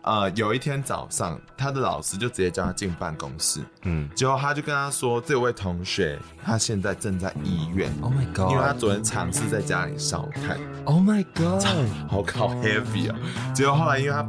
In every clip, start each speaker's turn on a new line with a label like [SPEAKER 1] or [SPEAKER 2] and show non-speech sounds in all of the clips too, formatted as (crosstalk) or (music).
[SPEAKER 1] 呃，有一天早上，他的老师就直接叫他进办公室，
[SPEAKER 2] 嗯
[SPEAKER 1] 结果他就跟他说，这位同学他现在正在医院，
[SPEAKER 2] ，Oh my
[SPEAKER 1] 因为他
[SPEAKER 2] god，Oh
[SPEAKER 1] 昨天尝试在家里烧炭，
[SPEAKER 2] my god，
[SPEAKER 1] 好靠 heavy 哦。结果后来因为他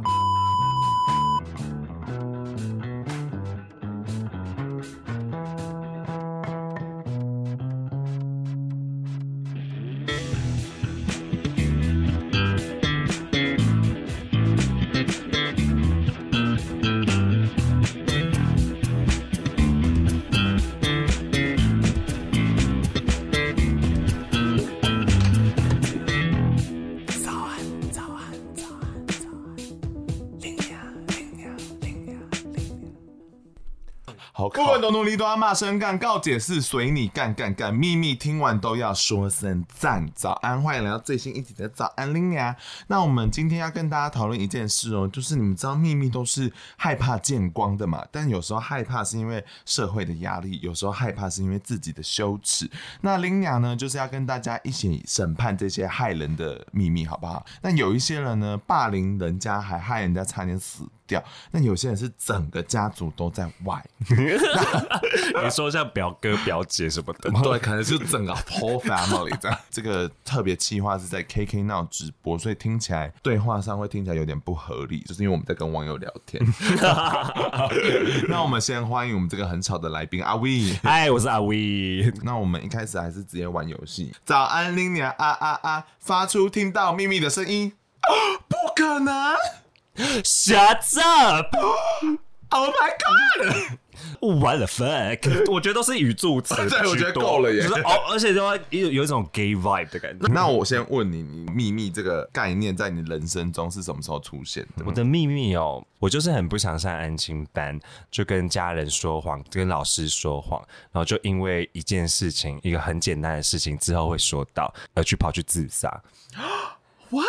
[SPEAKER 2] 好
[SPEAKER 1] 不管多努力都要骂声干，告解释随你干干干，秘密听完都要说声赞。早安，欢迎来到最新一集的早安林雅。那我们今天要跟大家讨论一件事哦，就是你们知道秘密都是害怕见光的嘛，但有时候害怕是因为社会的压力，有时候害怕是因为自己的羞耻。那林雅呢，就是要跟大家一起审判这些害人的秘密，好不好？那有一些人呢，霸凌人家，还害人家差点死掉；那有些人是整个家族都在外。
[SPEAKER 2] (laughs) 你说像表哥表姐什么 (laughs) 的，
[SPEAKER 1] 对，可能是整个 whole family 这样。这个特别企划是在 KK Now 直播，所以听起来对话上会听起来有点不合理，就是因为我们在跟网友聊天。那我们先欢迎我们这个很吵的来宾阿威。
[SPEAKER 2] 嗨，我是阿威，
[SPEAKER 1] 那我们一开始还是直接玩游戏。早安，林娘啊啊啊！发出听到秘密的声音，啊不可能
[SPEAKER 2] ，Shut up。
[SPEAKER 1] ！Oh my god！
[SPEAKER 2] What the fuck？我觉得都是语助词居
[SPEAKER 1] (laughs)
[SPEAKER 2] 多，
[SPEAKER 1] 对我觉得够了耶
[SPEAKER 2] 就是哦，而且就会有有一种 gay vibe 的感觉。
[SPEAKER 1] 那我先问你，你秘密这个概念在你人生中是什么时候出现的？
[SPEAKER 2] 我的秘密哦，我就是很不想上安亲班，就跟家人说谎，跟老师说谎，然后就因为一件事情，一个很简单的事情，之后会说到，而去跑去自杀。
[SPEAKER 1] What？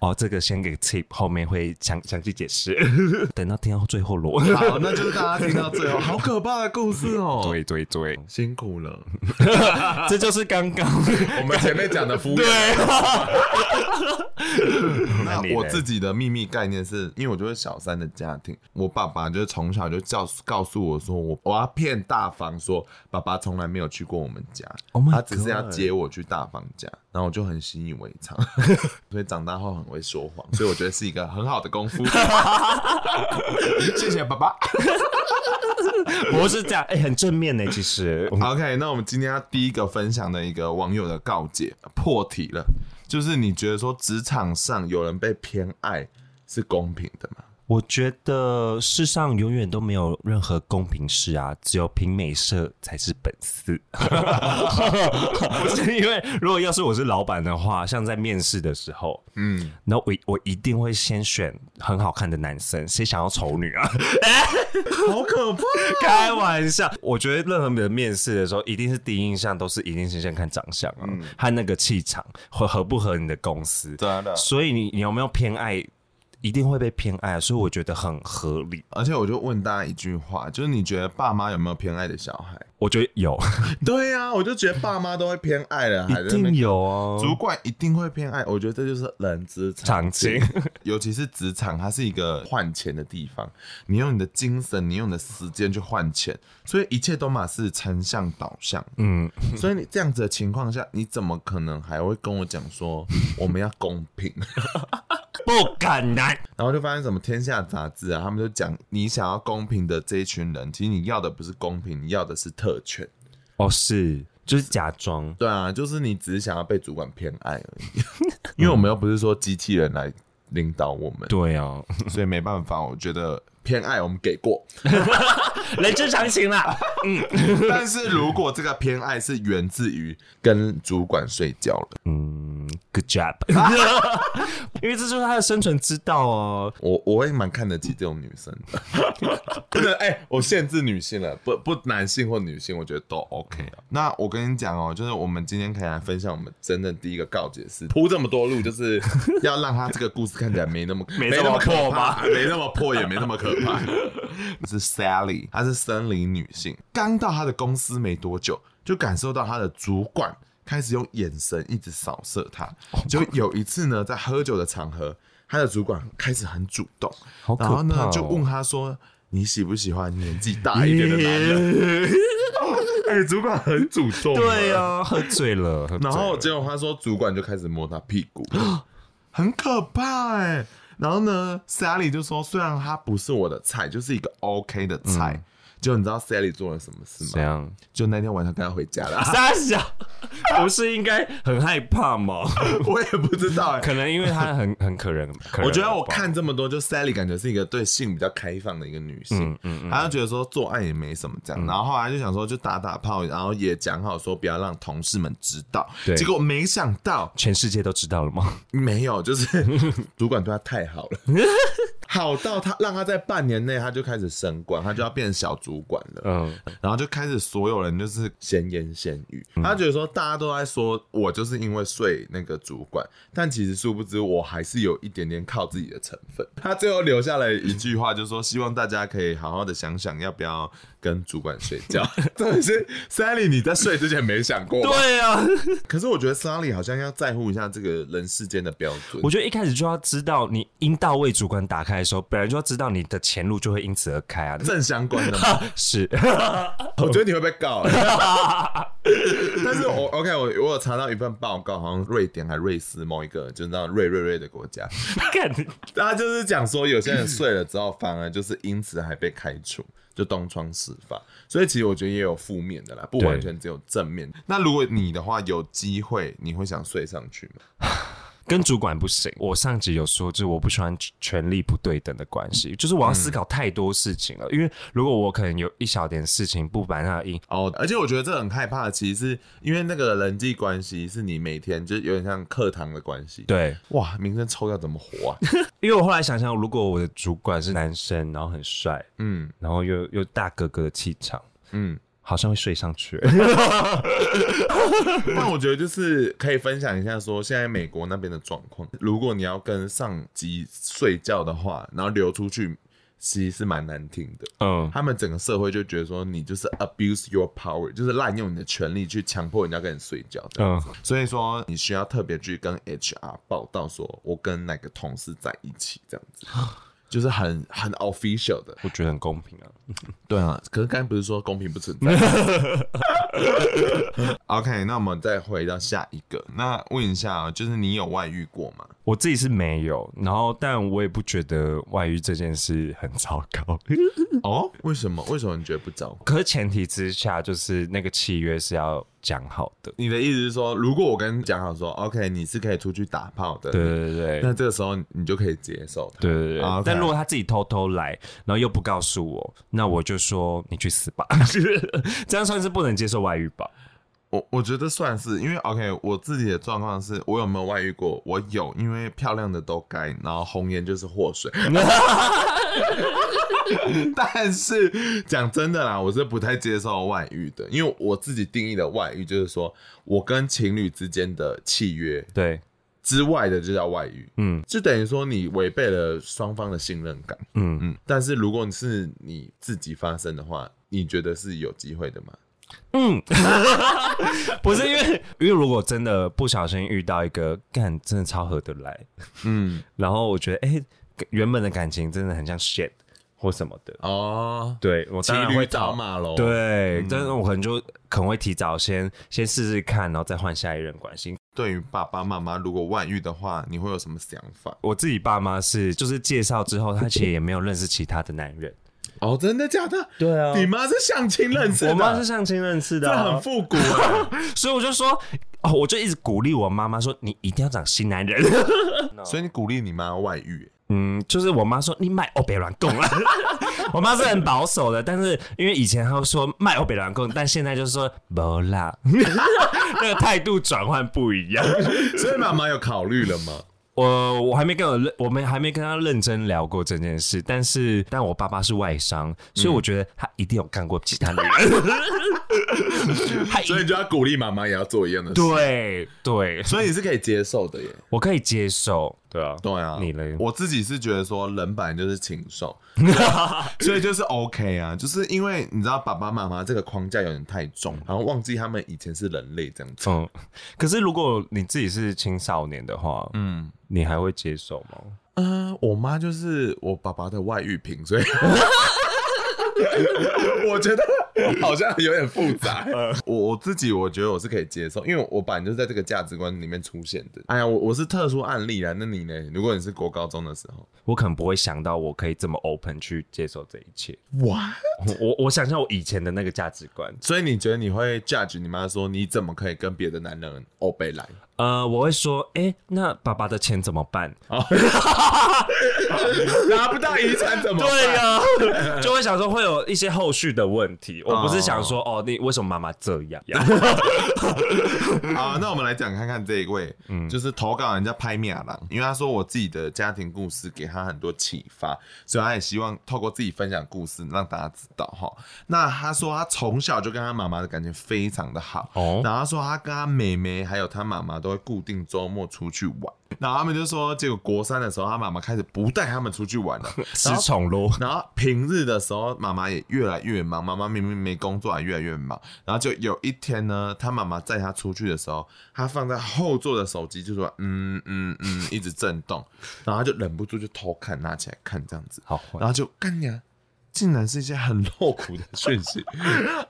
[SPEAKER 2] 哦，这个先给 tip，后面会详详细解释， (laughs) 等到听到最后 (laughs) 裸。
[SPEAKER 1] (laughs) 好，那就是大家听到最后，好可怕的故事哦。
[SPEAKER 2] 对对对，
[SPEAKER 1] 辛苦了，
[SPEAKER 2] (laughs) 这就是刚刚
[SPEAKER 1] (laughs) 我们前面讲的服务。
[SPEAKER 2] 对。
[SPEAKER 1] 那
[SPEAKER 2] 那你嘞
[SPEAKER 1] 我自己的秘密概念是，因为我就是小三的家庭，我爸爸就是从小就教告诉我说，我我要骗大房说，爸爸从来没有去过我们家
[SPEAKER 2] Oh my
[SPEAKER 1] 他只是要
[SPEAKER 2] God
[SPEAKER 1] 接我去大房家，然后我就很习以为常， (laughs) 所以长大后很会说谎，所以我觉得是一个很好的功 (laughs) 夫。谢谢爸爸。
[SPEAKER 2] 不是这样，哎、很正面呢。其实，
[SPEAKER 1] OK，那我们今天要第一个分享的一个网友的告解破题了，就是你觉得说职场上有人被偏爱是公平的吗？
[SPEAKER 2] 我觉得世上永远都没有任何公平事啊，只有平美社才是本 (laughs) 事。不是因为，如果要是我是老板的话，像在面试的时候，
[SPEAKER 1] 嗯，
[SPEAKER 2] 然后我我一定会先选很好看的男生，谁想要丑女啊？ (laughs)
[SPEAKER 1] 好可怕！
[SPEAKER 2] 开玩笑，我觉得任何的面试的时候，一定是第一印象都是一定是先看长相啊，和那个气场合合不合你的公司。
[SPEAKER 1] (laughs) 真的。
[SPEAKER 2] 所以你你有没有偏爱？一定会被偏爱，所以我觉得很合理。
[SPEAKER 1] 而且我就问大家一句话，就是你觉得爸妈有没有偏爱的小孩？
[SPEAKER 2] 我觉得有，
[SPEAKER 1] (laughs) 对呀、我就觉得爸妈都会偏爱哎
[SPEAKER 2] (laughs)
[SPEAKER 1] 的，还
[SPEAKER 2] 一
[SPEAKER 1] 在那
[SPEAKER 2] 定
[SPEAKER 1] 边。
[SPEAKER 2] 有哦。
[SPEAKER 1] 主管一定会偏爱，我觉得这就是人之常
[SPEAKER 2] 场
[SPEAKER 1] 情
[SPEAKER 2] 景，
[SPEAKER 1] (laughs) 尤其是职场，它是一个换钱的地方。你用你的精神，你用你的时间去换钱，所以一切都嘛是成向导向。
[SPEAKER 2] 嗯，
[SPEAKER 1] (laughs) 所以你这样子的情况下，你怎么可能还会跟我讲说我们要公平？
[SPEAKER 2] (laughs)
[SPEAKER 1] (laughs)
[SPEAKER 2] 不敢难。
[SPEAKER 1] 然后就发现什么《天下》杂志啊，他们就讲你想要公平的这一群人，其实你要的不是公平，你要的是特权。
[SPEAKER 2] 哦，是，就是假装。
[SPEAKER 1] 对啊，就是你只是想要被主管偏爱而已， (laughs) 因为我们又不是说机器人来领导我们，
[SPEAKER 2] 对啊，
[SPEAKER 1] 所以没办法，我觉得。偏爱，我们给过。
[SPEAKER 2] 人之常情啦。
[SPEAKER 1] (laughs) 但是如果这个偏爱是源自于跟主管睡觉了，
[SPEAKER 2] 嗯，Good job，因为这就是他的生存之道哦。
[SPEAKER 1] 我我会蛮看得起这种女生的。 (laughs) 不能哎、我限制女性了，不不男性或女性，我觉得都 OK 啊。那我跟你讲哦，就是我们今天可以来分享我们真正第一个告解是铺这么多路，就是要让他这个故事看起来没那么
[SPEAKER 2] (laughs) 没
[SPEAKER 1] 那
[SPEAKER 2] 这么
[SPEAKER 1] 可
[SPEAKER 2] 破
[SPEAKER 1] 怕，没那么破也没那么可怕。 (laughs) 是 Sally，她是森林女性，刚到她的公司没多久，就感受到她的主管开始用眼神一直扫射她。就有一次呢，在喝酒的场合，她的主管开始很主动，
[SPEAKER 2] 好可
[SPEAKER 1] 然后
[SPEAKER 2] 怕
[SPEAKER 1] 呢
[SPEAKER 2] 哦
[SPEAKER 1] 就问她说：“你喜不喜欢年纪大一点的男人？”哎、主管很主动，
[SPEAKER 2] 对啊，喝醉了，喝醉了
[SPEAKER 1] 然后结果他说主管就开始摸他屁股， (gasps) 很可怕哎、然后呢，Sally 就说虽然他不是我的菜，就是一个 OK 的菜。结果你知道嗯 Sally 做了什么事
[SPEAKER 2] 怎
[SPEAKER 1] 吗？
[SPEAKER 2] 样？，
[SPEAKER 1] 就那天晚上跟他回家了 (laughs)
[SPEAKER 2] 傻小，不是应该很害怕吗？ (laughs)
[SPEAKER 1] 我也不知道哎、
[SPEAKER 2] 可能因为他很很可人，可人
[SPEAKER 1] 我觉得我
[SPEAKER 2] 吧
[SPEAKER 1] 看这么多，就 Sally 感觉是一个对性比较开放的一个女性，她就觉得说做爱也没什么这样，然后后来就想说就打打炮，然后也讲好说不要让同事们知道，
[SPEAKER 2] 对
[SPEAKER 1] 结果没想到
[SPEAKER 2] 全世界都知道了吗？
[SPEAKER 1] 没有，就是 (laughs) 主管对他太好
[SPEAKER 2] (laughs)
[SPEAKER 1] 了，好到他让他在半年内他就开始升官，他就要变小主管了，
[SPEAKER 2] 嗯，
[SPEAKER 1] 然后就开始所有人就是闲言闲语，他觉得说大家都在说我就是因为睡那个主管，但其实殊不知我还是有一点点靠自己的成分。 (laughs) 他最后留下来一句话，就说希望大家可以好好的想想要不要跟主管睡觉。
[SPEAKER 2] (laughs)
[SPEAKER 1] 真的是 Sally，你在睡之前没想过吗？
[SPEAKER 2] (laughs) 对啊，
[SPEAKER 1] 可是我觉得 Sally 好像要在乎一下这个人世间的标准。
[SPEAKER 2] 我觉得一开始就要知道，你阴道为主管打开的时候，本来就要知道你的前路就会因此而开啊。
[SPEAKER 1] 正相关的嘛，
[SPEAKER 2] 是， (laughs)
[SPEAKER 1] 我觉得你会被告。欸但是我 OK，我我有查到一份报告，好像瑞典还瑞士某一个，就是那种瑞瑞瑞的国家，
[SPEAKER 2] 看
[SPEAKER 1] 他就是讲说有些人睡了之后，反而就是因此还被开除，就东窗事发。所以其实我觉得也有负面的啦，不完全只有正面。那如果你的话有机会，你会想睡上去吗？
[SPEAKER 2] 跟主管不行。我上集有说，就是我不喜欢权力不对等的关系，就是我要思考太多事情了。因为如果我可能有一小点事情不把它阴，
[SPEAKER 1] 哦，而且我觉得这很害怕，其实是因为那个人际关系是你每天就是有点像课堂的关系。，
[SPEAKER 2] 对，
[SPEAKER 1] 哇，名声臭掉怎么活啊？
[SPEAKER 2] 因为我后来想想，如果我的主管是男生，然后很帅，
[SPEAKER 1] 嗯
[SPEAKER 2] 然后又又大哥哥的气场，
[SPEAKER 1] 嗯。
[SPEAKER 2] 好像会睡上去。
[SPEAKER 1] 但我觉得就是可以分享一下，说现在美国那边的状况。如果你要跟上级睡觉的话，然后流出去，其实是蛮难听的。
[SPEAKER 2] 嗯，
[SPEAKER 1] 他们整个社会就觉得说你就是 abuse your power，就是滥用你的权利去强迫人家跟你睡觉这样
[SPEAKER 2] (laughs) 嗯，
[SPEAKER 1] 所以说你需要特别去跟 HR 报道，说我跟哪个同事在一起这样子， (gasps) 就是很很 official 的。
[SPEAKER 2] 我觉得很公平啊。
[SPEAKER 1] 对啊，可是刚才不是说公平不存在？OK，那我们再回到下一个。那问一下啊，就是你有外遇过吗？
[SPEAKER 2] 我自己是没有，然后但我也不觉得外遇这件事很糟糕。 (laughs)
[SPEAKER 1] 哦，为什么？为什么你觉得不糟糕？
[SPEAKER 2] 可是前提之下，就是那个契约是要讲好的。
[SPEAKER 1] 你的意思是说，如果我跟你讲好说，OK，你是可以出去打炮的，
[SPEAKER 2] 对，对对对
[SPEAKER 1] 那这个时候你就可以接受它。
[SPEAKER 2] 对对对。
[SPEAKER 1] OK
[SPEAKER 2] 但如果他自己偷偷来，然后又不告诉我，那我就说你去死吧， (laughs) 这样算是不能接受外遇吧？
[SPEAKER 1] 我我觉得算是，因为 OK，我自己的状况是我有没有外遇过？我有，因为漂亮的都该，然后红颜就是祸水。 (laughs) 但是讲真的啦，我是不太接受外遇的，因为我自己定义的外遇就是说我跟情侣之间的契约
[SPEAKER 2] 对，
[SPEAKER 1] 之外的就叫外遇，
[SPEAKER 2] 嗯
[SPEAKER 1] 就等于说你违背了双方的信任感。
[SPEAKER 2] 嗯。
[SPEAKER 1] 嗯，但是如果你是你自己发生的话，你觉得是有机会的吗？
[SPEAKER 2] 嗯，不是因为，因为如果真的不小心遇到一个干真的超合得来，
[SPEAKER 1] 嗯，
[SPEAKER 2] (laughs) 然后我觉得哎、原本的感情真的很像 shit 或什么的，
[SPEAKER 1] 哦，
[SPEAKER 2] 对我
[SPEAKER 1] 骑
[SPEAKER 2] 当然
[SPEAKER 1] 驴
[SPEAKER 2] 会
[SPEAKER 1] 找
[SPEAKER 2] 找，
[SPEAKER 1] 马喽。
[SPEAKER 2] 对，
[SPEAKER 1] 嗯
[SPEAKER 2] 但是我可能就可能会提早先先试试看，然后再换下一任关系。
[SPEAKER 1] 对于爸爸妈妈如果外遇的话，你会有什么想法？
[SPEAKER 2] 我自己爸妈是就是介绍之后，他其实也没有认识其他的男人，
[SPEAKER 1] 哦，真的假的？
[SPEAKER 2] 对啊
[SPEAKER 1] 你妈是相亲认识的，啊
[SPEAKER 2] 我妈是相亲认识的
[SPEAKER 1] 这
[SPEAKER 2] 啊、
[SPEAKER 1] 很复古
[SPEAKER 2] (laughs)
[SPEAKER 1] 啊。
[SPEAKER 2] 所以我就说。哦，我就一直鼓励我妈妈说，你一定要找新男人。 (laughs)
[SPEAKER 1] 所以你鼓励你妈外遇？
[SPEAKER 2] 嗯，就是我妈说你买欧北软供了， (laughs) 我妈是很保守的，但是因为以前她会说卖欧北软供，但现在就是说不啦， (laughs) 那个态度转换不一样。
[SPEAKER 1] 欸所以妈妈有考虑了
[SPEAKER 2] (laughs)
[SPEAKER 1] 吗？
[SPEAKER 2] 我我还没跟我认，我们还没跟他认真聊过这件事，但是但我爸爸是外
[SPEAKER 1] 嗯
[SPEAKER 2] 商，所以我觉得他一定有干过其
[SPEAKER 1] (laughs)
[SPEAKER 2] 他女人，他一
[SPEAKER 1] 所以你就要鼓励妈妈也要做一样的事，，
[SPEAKER 2] 对对，
[SPEAKER 1] 所以你是可以接受的耶。
[SPEAKER 2] 我可以接受，对啊，
[SPEAKER 1] 对啊，
[SPEAKER 2] 你嘞
[SPEAKER 1] 我自己是觉得说人本来就是禽
[SPEAKER 2] (laughs)
[SPEAKER 1] 兽，所以就是 OK 啊，就是因为你知道爸爸妈妈这个框架有点太重，然后忘记他们以前是人类这样子。
[SPEAKER 2] 嗯，可是如果你自己是青少年的话，
[SPEAKER 1] 嗯，
[SPEAKER 2] 你还会接受吗？
[SPEAKER 1] 呃，我妈就是我爸爸的外遇品， (laughs) 所以我觉得 (laughs) 好像有点复 (laughs) 杂。我我自己我觉得我是可以接受，因为我本来就是在这个价值观里面出现的。哎呀，我我是特殊案例啊，那你呢？如果你是国高中的时候，
[SPEAKER 2] 我可能不会想到我可以这么 open 去接受这一切。
[SPEAKER 1] 哇，
[SPEAKER 2] 我我我想象我以前的那个价值观，
[SPEAKER 1] 所以你觉得你会 judge 你妈说你怎么可以跟别的男人欧北来？
[SPEAKER 2] 呃，我会说，哎、那爸爸的钱怎么办？
[SPEAKER 1] 拿不到遗产怎么 (laughs) 办？
[SPEAKER 2] 对呀、 (laughs) 就会想说会有一些后续的问题。我不是想说哦，你为什么妈妈这样？
[SPEAKER 1] 好，那我们来讲看看这一位，就是投稿人家拍米亚郎，因为他说我自己的家庭故事给他很多启发，所以他也希望透过自己分享故事让大家知道哈。那他说他从小就跟他妈妈的感情非常的好，
[SPEAKER 2] 哦
[SPEAKER 1] 然后他说他跟他妹妹还有他妈妈都会固定周末出去玩，然后他们就说，结果国三的时候他妈妈开始不带他们出去玩了，
[SPEAKER 2] 失宠咯。
[SPEAKER 1] 然后平日的时候，妈妈也越来越忙，妈妈明明没工作，还越来越忙。然后就有一天呢，她妈妈载她出去的时候，她放在后座的手机就说：“嗯嗯嗯，一直震动。”然后她就忍不住就偷看，拿起来看这样子，
[SPEAKER 2] 好
[SPEAKER 1] 然后就干娘。竟然是一些很露骨的讯息，
[SPEAKER 2] (laughs)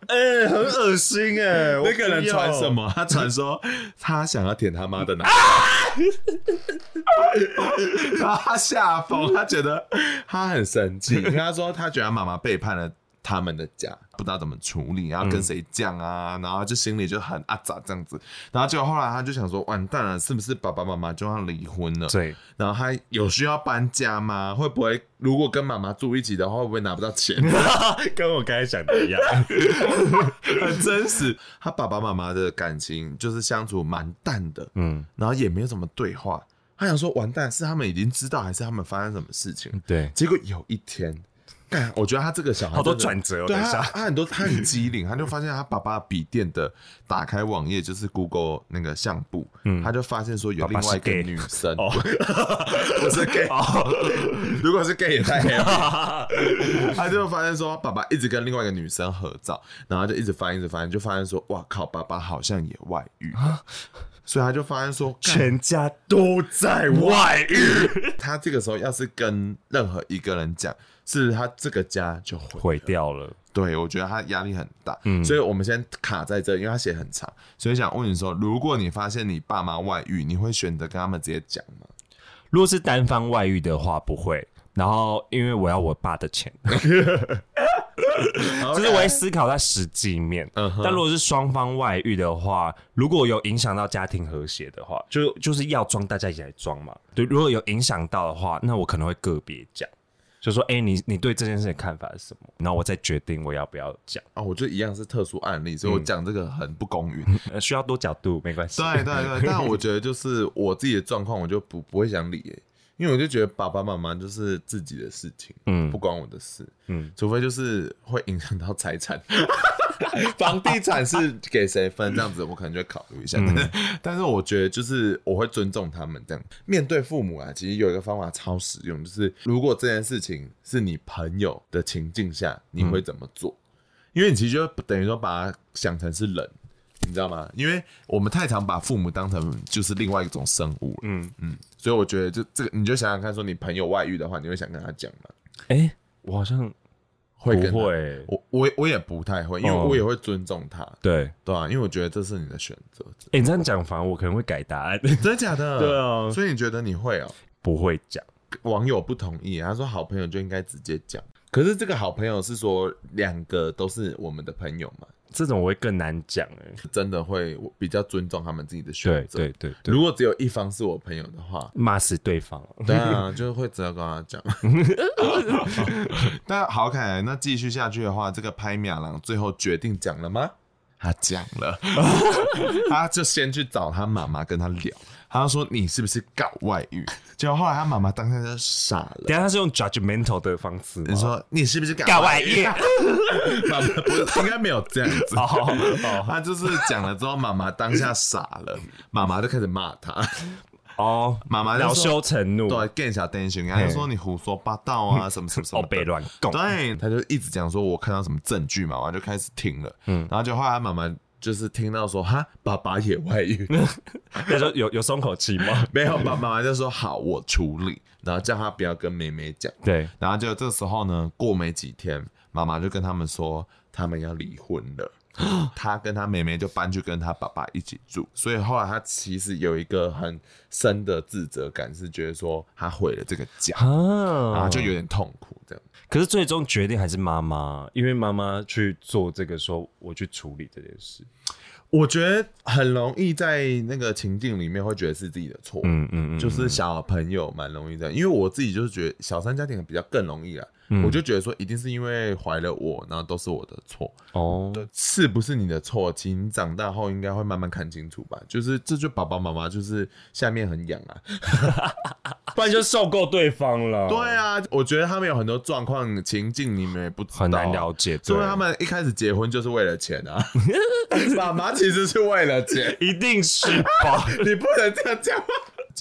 [SPEAKER 2] 哎、很恶心哎、
[SPEAKER 1] (laughs) 那个人传什？么？他传说他想要舔他妈的奶，
[SPEAKER 2] 啊
[SPEAKER 1] (laughs) 然后他吓疯，他觉得他很生气，因为他说他觉得他妈妈背叛了。他们的家不知道怎么处理，然后跟谁讲啊，然后就心里就很啊咋这样子，然后结果后来他就想说，完蛋了，是不是爸爸妈妈就要离婚了？
[SPEAKER 2] 对，
[SPEAKER 1] 然后他有需要搬家吗？会不会如果跟妈妈住一起的话，会不会拿不到钱？
[SPEAKER 2] (laughs) (laughs) 跟我刚才想的一样。
[SPEAKER 1] 很真实。他爸爸妈妈的感情就是相处蛮淡的，
[SPEAKER 2] 嗯，
[SPEAKER 1] 然后也没有什么对话。他想说，完蛋，是他们已经知道，还是他们发生什么事情？
[SPEAKER 2] 对，
[SPEAKER 1] 结果有一天，干，我觉得他这个小孩
[SPEAKER 2] 好多
[SPEAKER 1] 真的
[SPEAKER 2] 转折哦
[SPEAKER 1] 对
[SPEAKER 2] 等一
[SPEAKER 1] 他
[SPEAKER 2] 下
[SPEAKER 1] 他很多他很机灵，他就发现他爸爸笔电的打开网页就是 Google 那个相簿，他就发现说有
[SPEAKER 2] 嗯爸
[SPEAKER 1] 另
[SPEAKER 2] 爸
[SPEAKER 1] 外一
[SPEAKER 2] 是
[SPEAKER 1] 个
[SPEAKER 2] gay
[SPEAKER 1] 女生，
[SPEAKER 2] (laughs) 哦
[SPEAKER 1] (laughs) 不是 gay，如 (laughs) 果是 gay 也太黑了。
[SPEAKER 2] (laughs)
[SPEAKER 1] 他就发现说，爸爸一直跟另外一个女生合照，然后就一直翻，一直翻，就发现说，哇靠，爸爸好像也外遇
[SPEAKER 2] 啊
[SPEAKER 1] 了，所以他就发现
[SPEAKER 2] (laughs)
[SPEAKER 1] 说，干
[SPEAKER 2] 全家都在外遇，
[SPEAKER 1] 他这个时候要是跟任何一个人讲，是他这个家就毁。
[SPEAKER 2] 毁掉了。
[SPEAKER 1] 对，我觉得他压力很大，
[SPEAKER 2] 嗯
[SPEAKER 1] 所以我们先卡在这，因为他写很长，所以想问你说，如果你发现你爸妈外遇，你会选择跟他们直接讲吗？
[SPEAKER 2] 如果是单方外遇的话，不会。然后，因为我要我爸的钱，
[SPEAKER 1] 哦
[SPEAKER 2] 就是我
[SPEAKER 1] 哎
[SPEAKER 2] 会思考在实际面。
[SPEAKER 1] 嗯哼
[SPEAKER 2] 但如果是双方外遇的话，如果有影响到家庭和谐的话，就就是要装，大家一起来装嘛。对，如果有影响到的话，那我可能会个别讲，就说：“哎、你你对这件事的看法是什么？”然后我再决定我要不要讲。
[SPEAKER 1] 啊、我觉得一样是特殊案例，
[SPEAKER 2] 嗯
[SPEAKER 1] 所以我讲这个很不公允。
[SPEAKER 2] 呃需要多角度没关系。
[SPEAKER 1] 对对对，但我觉得就是我自己的状况，我就不不会想理、欸，因为我就觉得爸爸妈妈就是自己的事情，
[SPEAKER 2] 嗯
[SPEAKER 1] 不关我的事，
[SPEAKER 2] 嗯
[SPEAKER 1] 除非就是会影响到财
[SPEAKER 2] (laughs)
[SPEAKER 1] 产。房地产是给谁分这样子，我可能就会考虑一下。
[SPEAKER 2] 嗯
[SPEAKER 1] (laughs) 但是我觉得就是我会尊重他们这样。面对父母啊，其实有一个方法超实用，就是如果这件事情是你朋友的情境下，你
[SPEAKER 2] 嗯
[SPEAKER 1] 会怎么做？因为你其实就等于说把它想成是人，你知道吗？因为我们太常把父母当成就是另外一种生物了。
[SPEAKER 2] 嗯
[SPEAKER 1] 嗯，所以我觉得就这个，你就想想看，说你朋友外遇的话，你会想跟他讲吗？
[SPEAKER 2] 哎、我好像
[SPEAKER 1] 会跟他
[SPEAKER 2] 不会
[SPEAKER 1] 我我我也不太会，因为
[SPEAKER 2] 哦
[SPEAKER 1] 我也会尊重他，
[SPEAKER 2] 对。
[SPEAKER 1] 对啊，因为我觉得这是你的选择，
[SPEAKER 2] 哎、你这样讲，反而我可能会改答案， (laughs)
[SPEAKER 1] 真的假的？
[SPEAKER 2] 对啊
[SPEAKER 1] 所以你觉得你会哦？
[SPEAKER 2] 不会讲。
[SPEAKER 1] 网友不同意，啊他说好朋友就应该直接讲。可是这个好朋友是说两个都是我们的朋友嘛？
[SPEAKER 2] 这种我会更难讲哎、
[SPEAKER 1] 真的会我比较尊重他们自己的
[SPEAKER 2] 对
[SPEAKER 1] 选择。
[SPEAKER 2] 对对对，
[SPEAKER 1] 如果只有一方是我朋友的
[SPEAKER 2] (laughs)
[SPEAKER 1] 话，
[SPEAKER 2] 骂死对方。
[SPEAKER 1] 对啊，就会只要跟他
[SPEAKER 2] (laughs)
[SPEAKER 1] 讲。但好凯那继续下去的话，这个拍米亚郎最后决定讲了吗？他讲
[SPEAKER 2] (laughs)
[SPEAKER 1] 了，他就先去找他妈妈跟他聊，他就说你是不是搞外遇？结果后来他妈妈当下就傻了，
[SPEAKER 2] 等一下他是用 judgmental 的方式吗
[SPEAKER 1] 你说你是不是搞
[SPEAKER 2] 搞
[SPEAKER 1] 外
[SPEAKER 2] 外遇，哦
[SPEAKER 1] 遇？ (laughs) 妈妈不是应该没有这样
[SPEAKER 2] (laughs)
[SPEAKER 1] 子。
[SPEAKER 2] 好
[SPEAKER 1] 他就是讲了之后，妈妈当下傻了，妈妈就开始骂他，
[SPEAKER 2] 哦，
[SPEAKER 1] 妈妈就
[SPEAKER 2] 恼
[SPEAKER 1] 说
[SPEAKER 2] 羞成怒，
[SPEAKER 1] 对，更小 tension，他就说你胡说八道
[SPEAKER 2] (laughs)
[SPEAKER 1] 啊，什么什么什么
[SPEAKER 2] 哦
[SPEAKER 1] 的，
[SPEAKER 2] 被乱供，
[SPEAKER 1] 对，他就一直讲说，我看到什么证据嘛，然后就开始听了，嗯，然后就后来他妈妈就是听到说，哈，爸爸也外
[SPEAKER 2] (laughs)
[SPEAKER 1] 遇，
[SPEAKER 2] 那时候有有松口
[SPEAKER 1] (laughs)
[SPEAKER 2] 气吗？
[SPEAKER 1] 没有，爸爸妈妈就说好，我处理，然后叫他不要跟妹妹讲，
[SPEAKER 2] 对，
[SPEAKER 1] 然后就这时候呢，过没几天，妈妈就跟他们说，他们要离婚
[SPEAKER 2] (gasps)
[SPEAKER 1] 了。他跟他妹妹就搬去跟他爸爸一起住，所以后来他其实有一个很深的自责感，是觉得说他毁了这个家，然
[SPEAKER 2] 啊
[SPEAKER 1] 后就有点痛苦这样。
[SPEAKER 2] 可是最终决定还是妈妈，因为妈妈去做这个，说我去处理这件事。
[SPEAKER 1] 我觉得很容易在那个情境里面会觉得是自己的错，
[SPEAKER 2] 嗯嗯嗯，
[SPEAKER 1] 就是小朋友蛮容易这样，因为我自己就是觉得小三家庭比较更容易啊，我就觉得说一定是因为怀了我，然后都是我的错，
[SPEAKER 2] 哦，
[SPEAKER 1] 是不是你的错？其实你长大后应该会慢慢看清楚吧，就是这就爸爸妈妈就是下面很痒啊，
[SPEAKER 2] 不然就受够对方了。
[SPEAKER 1] 对，啊，我觉得他们有很多状况情境你们也不知道啊、
[SPEAKER 2] 很难了解。
[SPEAKER 1] 所以
[SPEAKER 2] 对
[SPEAKER 1] 他们一开始结婚就是为了钱 (laughs) 啊，爸妈其实是为了钱。
[SPEAKER 2] 一定是
[SPEAKER 1] (laughs)
[SPEAKER 2] 吧？
[SPEAKER 1] 你不能这样讲。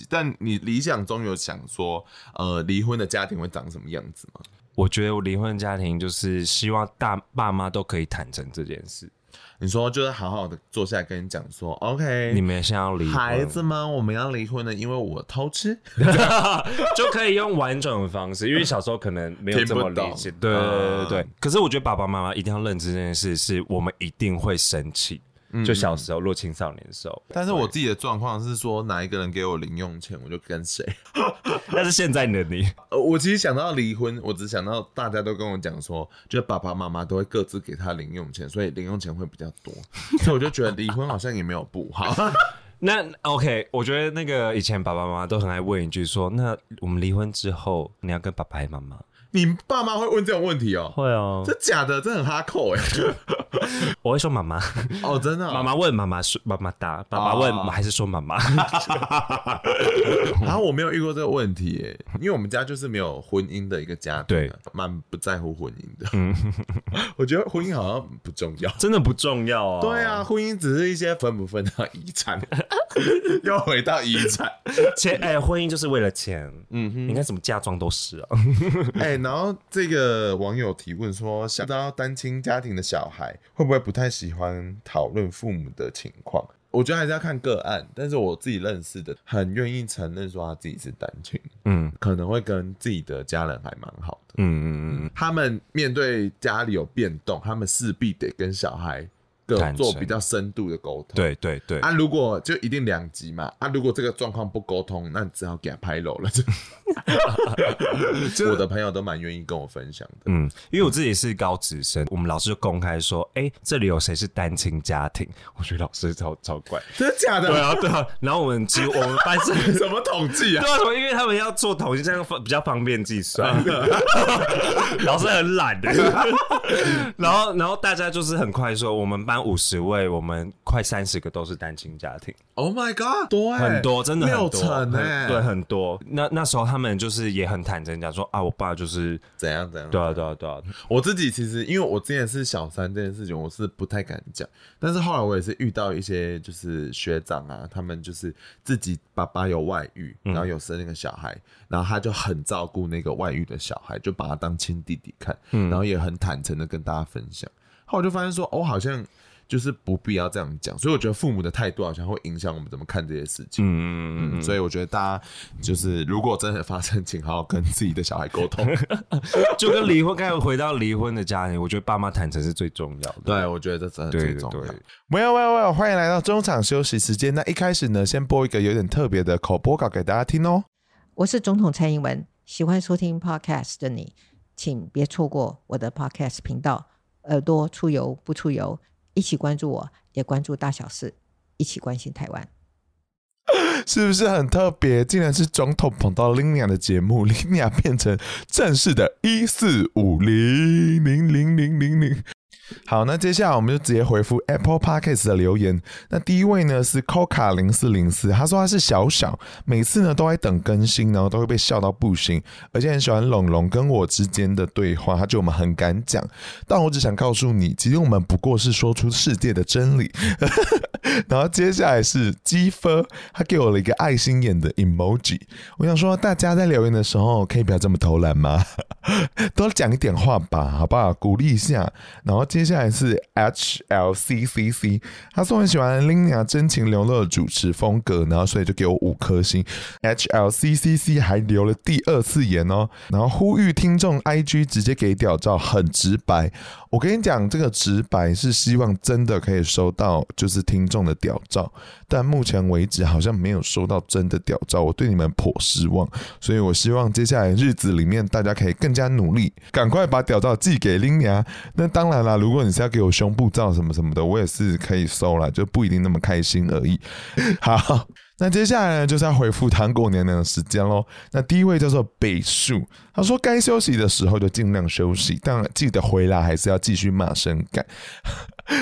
[SPEAKER 1] 但你理想中有想说，呃，离婚的家庭会长什么样子吗？
[SPEAKER 2] 我觉得我离婚家庭就是希望大爸妈都可以坦诚这件事。
[SPEAKER 1] 你说就是好好的坐下来跟你讲说，OK，
[SPEAKER 2] 你们现在要离婚
[SPEAKER 1] 孩子们，我们要离婚了，因为我偷吃。
[SPEAKER 2] 就可以用婉转的方式，因为小时候可能没有 (laughs) 这么理解。
[SPEAKER 1] 听不懂
[SPEAKER 2] 对对对对
[SPEAKER 1] 嗯
[SPEAKER 2] 可是我觉得爸爸妈妈一定要认知这件事，是我们一定会生气。就小时候，若青少年的时候，
[SPEAKER 1] 但是我自己的状况是说，哪一个人给我零用钱，我就跟谁。
[SPEAKER 2] 但是现在的你，
[SPEAKER 1] 呃，我其实想到离婚，我只想到大家都跟我讲说，就是爸爸妈妈都会各自给他零用钱，所以零用钱会比较 (laughs) 多，所以我就觉得离婚好像也没有不 (laughs) 好。
[SPEAKER 2] (laughs) 那 OK，我觉得那个以前爸爸妈妈都很爱问一句说，那我们离婚之后，你要跟爸爸还妈妈？
[SPEAKER 1] 你爸妈会问这种问题哦、
[SPEAKER 2] 会哦
[SPEAKER 1] 这假的，这很哈扣哎、
[SPEAKER 2] 我会说妈 (laughs) 妈，
[SPEAKER 1] 哦，真的哦、
[SPEAKER 2] 妈妈问妈妈说妈妈答，爸爸问、
[SPEAKER 1] 哦
[SPEAKER 2] 还是说妈妈？ (laughs)
[SPEAKER 1] 然后我没有遇过这个问题耶，因为我们家就是没有婚姻的一个家庭啊、蛮不在乎婚姻的。
[SPEAKER 2] 嗯
[SPEAKER 1] (laughs) 我觉得婚姻好像不重要。
[SPEAKER 2] 真的不重要哦。
[SPEAKER 1] 对啊，婚姻只是一些分不分的遗
[SPEAKER 2] (laughs)
[SPEAKER 1] 产，又回到遗产。
[SPEAKER 2] 钱哎、婚姻就是为了钱。嗯哼，你看什么嫁妆都是啊。
[SPEAKER 1] 哎、然后这个网友提问说，想知道单亲家庭的小孩会不会不太喜欢讨论父母的情况？我觉得还是要看个案，但是我自己认识的很愿意承认说他自己是单亲，
[SPEAKER 2] 嗯
[SPEAKER 1] 可能会跟自己的家人还蛮好的。
[SPEAKER 2] 嗯嗯嗯，
[SPEAKER 1] 他们面对家里有变动，他们势必得跟小孩各
[SPEAKER 2] 坦诚
[SPEAKER 1] 做比较深度的沟通。
[SPEAKER 2] 对对对。
[SPEAKER 1] 啊，如果就一定两极嘛啊，如果这个状况不沟通，那你只好给他拍楼
[SPEAKER 2] (laughs)
[SPEAKER 1] 了。就我的朋友都蛮愿意跟我分享
[SPEAKER 2] (laughs)
[SPEAKER 1] 的。
[SPEAKER 2] 嗯，因为我自己是高职生，我们老师就公开说，哎、这里有谁是单亲家庭？我觉得老师超超怪。
[SPEAKER 1] 真的假的？
[SPEAKER 2] 对啊，对啊。 (laughs) 然后我们几乎我们班是
[SPEAKER 1] 什么统计啊
[SPEAKER 2] (laughs) 对？啊，因为他们要做统计，这样方比较方便计算。 (laughs) 老师很 (laughs) 懒的，然后然后大家就是很快说，我们班五十位，我们快三十个都是单亲家庭，
[SPEAKER 1] Oh my god，多欸
[SPEAKER 2] 很多，真的很
[SPEAKER 1] 六
[SPEAKER 2] 多，
[SPEAKER 1] 成
[SPEAKER 2] 很
[SPEAKER 1] 哎、
[SPEAKER 2] 对，，很多。那那时候他们就是也很坦诚讲说啊，我爸就是
[SPEAKER 1] 怎样怎样？
[SPEAKER 2] 对啊对啊对啊，
[SPEAKER 1] 我自己其实因为我之前是小三这件事情，我是不太敢讲，但是后来我也是遇到一些就是学长啊，他们就是自己爸爸有外遇，然
[SPEAKER 2] 嗯
[SPEAKER 1] 后有生那个小孩，然后他就很照顾那个外遇的小孩，就把他当亲弟弟看，
[SPEAKER 2] 嗯
[SPEAKER 1] 然后也很坦诚的跟大家分享。后来我就发现说，哦，好像就是不必要这样讲，所以我觉得父母的态度好像会影响我们怎么看这些事情。
[SPEAKER 2] 嗯嗯嗯
[SPEAKER 1] 嗯，所以我觉得大家就是如果真的发生，请好好跟自己的小孩沟通。
[SPEAKER 2] 嗯，就跟离婚，刚才回到离婚的家庭，我觉得爸妈坦诚是最重要的。
[SPEAKER 1] 对，我觉得这真的
[SPEAKER 2] 对啊
[SPEAKER 1] 最
[SPEAKER 2] 对
[SPEAKER 1] 重要
[SPEAKER 2] 对。
[SPEAKER 1] Well, well, well，欢迎来到中场休息时间。那一开始呢，先播一个有点特别的口播稿给大家听哦。
[SPEAKER 3] 我是总统蔡英文，喜欢收听 podcast 的你，请别错过我的 podcast 频道。耳朵出油不出油，一起关注我，也关注大小事，一起关心台湾。
[SPEAKER 1] 是不是很特别？竟然是总统捧到 Lina 的节目，Lina 变成正式的一四五零零零零零零。好，那接下来我们就直接回复 Apple Podcast 的留言。那第一位呢是 Coca 零四零四，他说他是小小，每次呢都在等更新，然后都会被笑到不行，而且很喜欢龙龙跟我之间的对话，他觉得我们很敢讲。但我只想告诉你，其实我们不过是说出世界的真理。 (laughs) 然后接下来是鸡分，他给我了一个爱心眼的 emoji。我想说，大家在留言的时候可以不要这么偷懒吗？ (laughs) 多讲一点话吧，好不好？鼓励一下。然后接下来是 H L C C C，他说很喜欢 Lina 真情流露的主持风格，然后所以就给我五颗星。H L C C C 还留了第二次言哦，然后呼吁听众 I G 直接给屌照，很直白。我跟你讲，这个直白是希望真的可以收到就是听众的屌照，但目前为止好像没有收到真的屌照，我对你们颇失望。所以我希望接下来日子里面大家可以更加努力，赶快把屌照寄给 Lina。那当然啦，如果你是要给我胸部照什么什么的，我也是可以收啦，就不一定那么开心而已。 (laughs) 好。那接下来呢，就是要回复糖果娘娘的时间喽。那第一位叫做北树，他说该休息的时候就尽量休息，但记得回来还是要继续骂声感。 (laughs)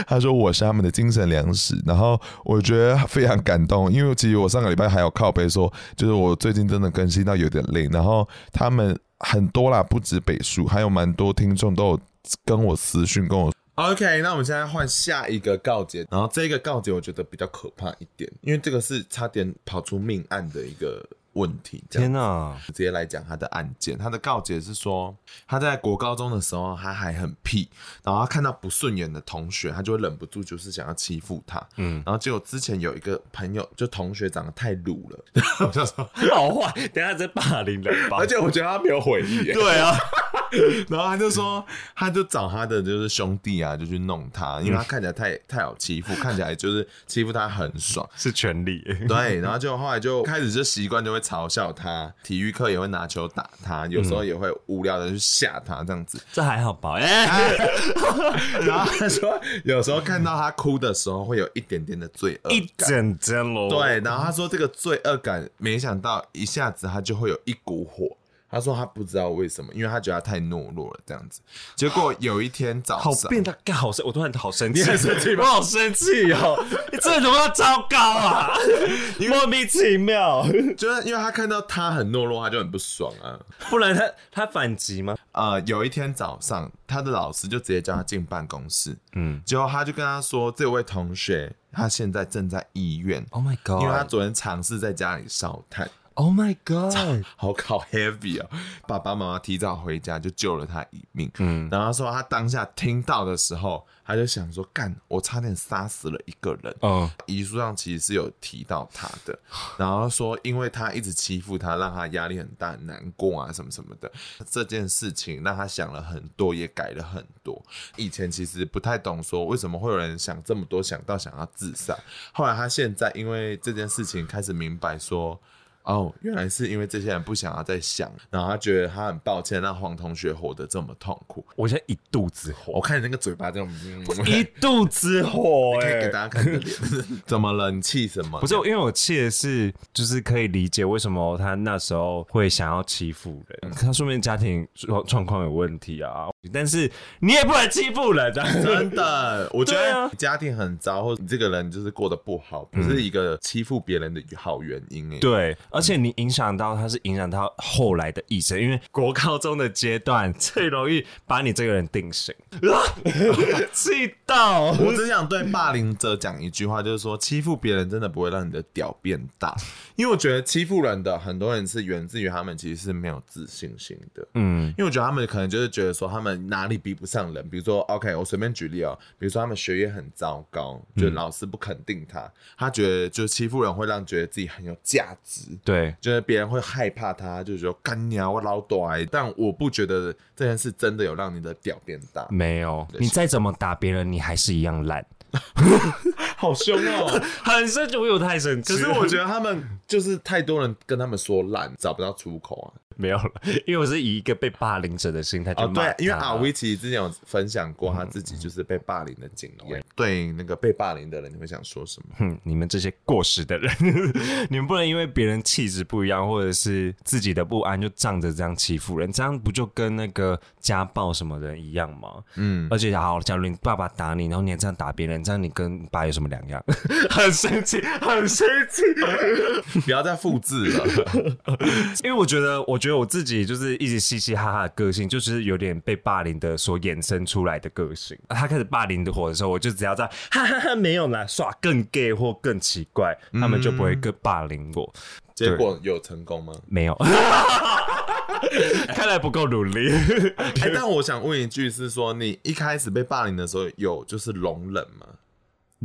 [SPEAKER 1] 他说我是他们的精神粮食，然后我觉得非常感动，因为其实我上个礼拜还有靠背说，就是我最近真的更新到有点累，然后他们很多啦，不止北树，还有蛮多听众都有跟我私讯跟我 OK，那我们现在换下一个告解，然后这个告解我觉得比较可怕一点，因为这个是差点跑出命案的一个问题。这样
[SPEAKER 2] 天哪！
[SPEAKER 1] 直接来讲他的案件，他的告解是说，他在国高中的时候，他还很屁，然后他看到不顺眼的同学，他就会忍不住就是想要欺负他，嗯，然后结果之前有一个朋友，就同学长得太鲁了，我
[SPEAKER 2] (laughs)
[SPEAKER 1] 就说，
[SPEAKER 2] 好坏，等一下这霸凌人吧
[SPEAKER 1] 而且我觉得他没有悔意耶，
[SPEAKER 2] (laughs) 对啊，
[SPEAKER 1] (laughs) 然后他就说，他就找他的就是兄弟啊，就去弄他，因为他看起来太太好欺负，看起来就是欺负他很爽。
[SPEAKER 2] 是权利。
[SPEAKER 1] (laughs) 对，然后就后来就开始就习惯就会嘲笑他，体育课也会拿球打他，有时
[SPEAKER 2] 嗯
[SPEAKER 1] 候也会无聊的去吓他这样
[SPEAKER 2] (laughs)
[SPEAKER 1] 子。
[SPEAKER 2] (laughs) 这还好吧？哎、
[SPEAKER 1] 然后他说，有时候看到他哭的时候，会有一点点的罪恶
[SPEAKER 2] 一
[SPEAKER 1] 感。
[SPEAKER 2] 整整喽。
[SPEAKER 1] 对，然后他说这个罪恶感，没想到一下子他就会有一股火。他说他不知道为什么，因为他觉得他太懦弱了这样子。结果有一天早
[SPEAKER 2] 好
[SPEAKER 1] 上，
[SPEAKER 2] 变态，干好生，我突然好生气，
[SPEAKER 1] 你很生气吗
[SPEAKER 2] 我好生气哦！你这人怎么那么糟糕啊？ (laughs) 莫名其妙，
[SPEAKER 1] 就是因为他看到他很懦弱，他就很不爽啊。
[SPEAKER 2] (laughs) 不然他他反击吗？
[SPEAKER 1] 呃，有一天早上，他的老师就直接叫他进办公室，
[SPEAKER 2] 嗯
[SPEAKER 1] 结果他就跟他说，这位同学他现在正在医院，
[SPEAKER 2] ，Oh my
[SPEAKER 1] 因为他昨天尝试在家里烧炭，
[SPEAKER 2] Oh my God，
[SPEAKER 1] 好考 heavy 哦。爸爸妈妈提早回家就救了他一命，
[SPEAKER 2] 嗯，
[SPEAKER 1] 然后他说他当下听到的时候，他就想说，干，我差点杀死了一个人。
[SPEAKER 2] 哦，
[SPEAKER 1] 遗书上其实是有提到他的，然后说因为他一直欺负他，让他压力很大、很难过啊什么什么的。这件事情让他想了很多，也改了很多。以前其实不太懂说为什么会有人想这么多，想到想要自杀。后来他现在因为这件事情开始明白说。哦，原来是因为这些人不想要再想，然后他觉得他很抱歉让黄同学活得这么痛苦。
[SPEAKER 2] 我现在一肚子
[SPEAKER 1] 我
[SPEAKER 2] 火，
[SPEAKER 1] 看你那个嘴巴这种，
[SPEAKER 2] 一肚子火、
[SPEAKER 1] 可以 (laughs) 给
[SPEAKER 2] 哎。
[SPEAKER 1] 大家看你的脸， (laughs) 怎么了？你气什么？
[SPEAKER 2] 不是，因为我气的是，就是可以理解为什么他那时候会想要欺负
[SPEAKER 1] 嗯
[SPEAKER 2] 人，他说明家庭状状况有问题啊。但是你也不能欺负人
[SPEAKER 1] (laughs)
[SPEAKER 2] 啊，
[SPEAKER 1] 真的，我觉
[SPEAKER 2] 对
[SPEAKER 1] 得
[SPEAKER 2] 啊
[SPEAKER 1] 你家庭很糟，或者你这个人就是过得不好，不是一个欺负别人的好原因哎。，
[SPEAKER 2] 对，而且你影响到他是影响到后来的一生，因为国高中的阶段最容易把你这个人
[SPEAKER 1] (laughs)
[SPEAKER 2] 定型，气到
[SPEAKER 1] 我只想对霸凌者讲一句话，就是说欺负别人真的不会让你的屌变大，因为我觉得欺负人的很多人是源自于他们其实是没有自信心的。
[SPEAKER 2] 嗯，
[SPEAKER 1] 因为我觉得他们可能就是觉得说他们哪里比不上人，比如说 OK，我随便举例哦，比如说他们学业很糟糕，就老师不肯定他，他觉得就欺负人会让觉得自己很有价值，
[SPEAKER 2] 对，
[SPEAKER 1] 就是别人会害怕他，就觉得干你啊，我老短，但我不觉得这件事真的有让你的屌变大，
[SPEAKER 2] 没有，你再怎么打别人，你还是一样烂，
[SPEAKER 1] (laughs) 好凶哦！
[SPEAKER 2] (laughs) 很生气，我有太生气
[SPEAKER 1] 可
[SPEAKER 2] 了。 (laughs)
[SPEAKER 1] 是我觉得他们就是太多人跟他们说烂，找不到出口啊。
[SPEAKER 2] (laughs) 没有了，因为我是以一个被霸凌者的心态去
[SPEAKER 1] 哦，
[SPEAKER 2] 骂
[SPEAKER 1] 对
[SPEAKER 2] 他、，
[SPEAKER 1] 因为阿威其实之前有分享过他自己就是被霸凌的经验。
[SPEAKER 2] 嗯
[SPEAKER 1] 对那个被霸凌的人，你会想说什么？
[SPEAKER 2] (laughs) 哼，你们这些过时的人， (laughs) 你们不能因为别人气质不一样，或者是自己的不安，就仗着这样欺负人，这样不就跟那个家暴什么的一样吗？
[SPEAKER 1] 嗯，
[SPEAKER 2] 而且好，假如你爸爸打你，然后你还这样打别人，这样你跟你爸有什么两样？ (laughs) 很生气，很生气。
[SPEAKER 1] 不要再复制
[SPEAKER 2] (laughs)
[SPEAKER 1] 了。
[SPEAKER 2] 因为我觉得，我觉得我自己就是一直嘻嘻哈哈的个性，就是有点被霸凌的所衍生出来的个性。他开始霸凌的我的时候，我就只要在哈哈哈没有啦，耍更 gay 或更奇怪，他们就不会更霸凌我。
[SPEAKER 1] 结果有成功吗？
[SPEAKER 2] 没 (laughs) 有，看来不够努力。 (laughs)
[SPEAKER 1] 哎、但我想问一句，是说你一开始被霸凌的时候有就是容忍吗？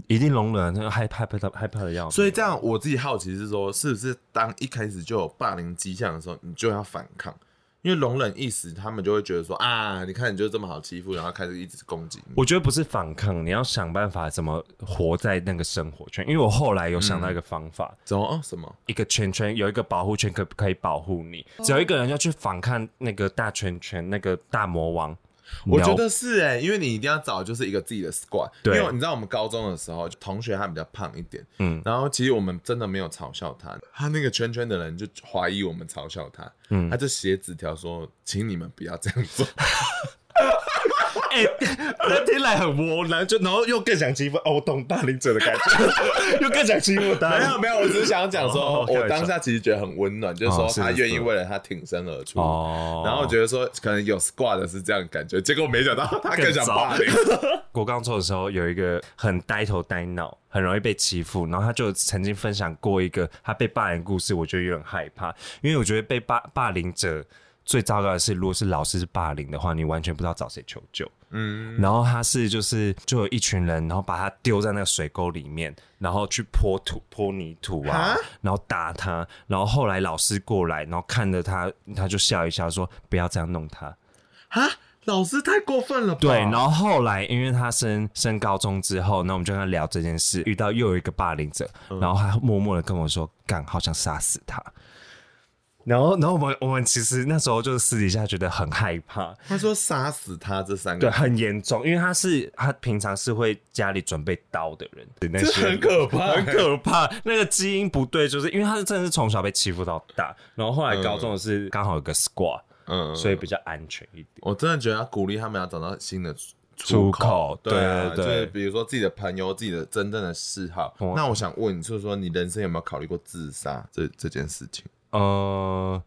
[SPEAKER 2] 一定聋了，那个害怕到害怕的要死。
[SPEAKER 1] 所以这样，我自己好奇是说，是不是当一开始就有霸凌迹象的时候，你就要反抗？因为容忍一时，他们就会觉得说啊，你看你就这么好欺负，然后开始一直攻击你。
[SPEAKER 2] 我觉得不是反抗，你要想办法怎么活在那个生活圈。因为我后来有想到一个方法，
[SPEAKER 1] 怎么、哦、什么？
[SPEAKER 2] 一个圈圈有一个保护圈可可以保护你，只要一个人要去反抗那个大圈圈，那个大魔王，
[SPEAKER 1] 我觉
[SPEAKER 2] 了
[SPEAKER 1] 得是哎、因为你一定要找就是一个自己的 squad。
[SPEAKER 2] 对
[SPEAKER 1] 因为你知道我们高中的时候，同学他比较胖一点，
[SPEAKER 2] 嗯
[SPEAKER 1] 然后其实我们真的没有嘲笑他，他那个圈圈的人就怀疑我们嘲笑他，他就写纸条说，请你们不要这样做。
[SPEAKER 2] 哎、那听来很窝囊，就然后又更想欺负哦，我懂霸凌者的感觉，
[SPEAKER 1] (laughs)
[SPEAKER 2] 又更想欺负他。
[SPEAKER 1] 没有没有，我只是想要讲说，
[SPEAKER 2] 哦开玩笑
[SPEAKER 1] 我当下其实觉得很温暖，就是说
[SPEAKER 2] 哦是
[SPEAKER 1] 他
[SPEAKER 2] 是
[SPEAKER 1] 愿意
[SPEAKER 2] 是
[SPEAKER 1] 为了他挺身而出。
[SPEAKER 2] 哦
[SPEAKER 1] 然后我觉得说，可能有 squad 的是这样的感觉，结果没想到他更想霸凌。
[SPEAKER 2] 国高中的时候有一个很呆头呆脑，很容易被欺负，然后他就曾经分享过一个他被霸凌的故事，我觉得有点害怕，因为我觉得被霸霸凌者最糟糕的是，如果是老师是霸凌的话，你完全不知道找谁求救。
[SPEAKER 1] 嗯，
[SPEAKER 2] 然后他是就是就有一群人，然后把他丢在那个水沟里面，然后去泼土泼泥土啊
[SPEAKER 1] 啊，
[SPEAKER 2] 然后打他，然后后来老师过来，然后看着他，他就笑一笑说不要这样弄他。
[SPEAKER 1] 啊，老师太过分了吧？
[SPEAKER 2] 对，然后后来因为他升升高中之后，那我们就跟他聊这件事，遇到又有一个霸凌者，
[SPEAKER 1] 嗯
[SPEAKER 2] 然后他默默的跟我说：“干，好想杀死他。”然后，然后我们我们其实那时候就是私底下觉得很害怕，
[SPEAKER 1] 他说杀死他这三
[SPEAKER 2] 对，
[SPEAKER 1] 个，
[SPEAKER 2] 很严重，因为他是他平常是会家里准备刀的人，对那
[SPEAKER 1] 这
[SPEAKER 2] 些
[SPEAKER 1] 很可怕，
[SPEAKER 2] 很可怕。那个基因不对，就是因为他是真的是从小被欺负到大，然后后来高中的是刚好有个 squad，、
[SPEAKER 1] 嗯，
[SPEAKER 2] 所以比较安全一点。
[SPEAKER 1] 我真的觉得要鼓励他们要找到新的出
[SPEAKER 2] 出
[SPEAKER 1] 出
[SPEAKER 2] 口
[SPEAKER 1] 对啊，
[SPEAKER 2] 对
[SPEAKER 1] 就
[SPEAKER 2] 对对
[SPEAKER 1] 是比如说自己的朋友、自己的真正的嗜好。
[SPEAKER 2] 哦
[SPEAKER 1] 那我想问你，就是说你人生有没有考虑过自杀这这件事情？
[SPEAKER 2] 呃，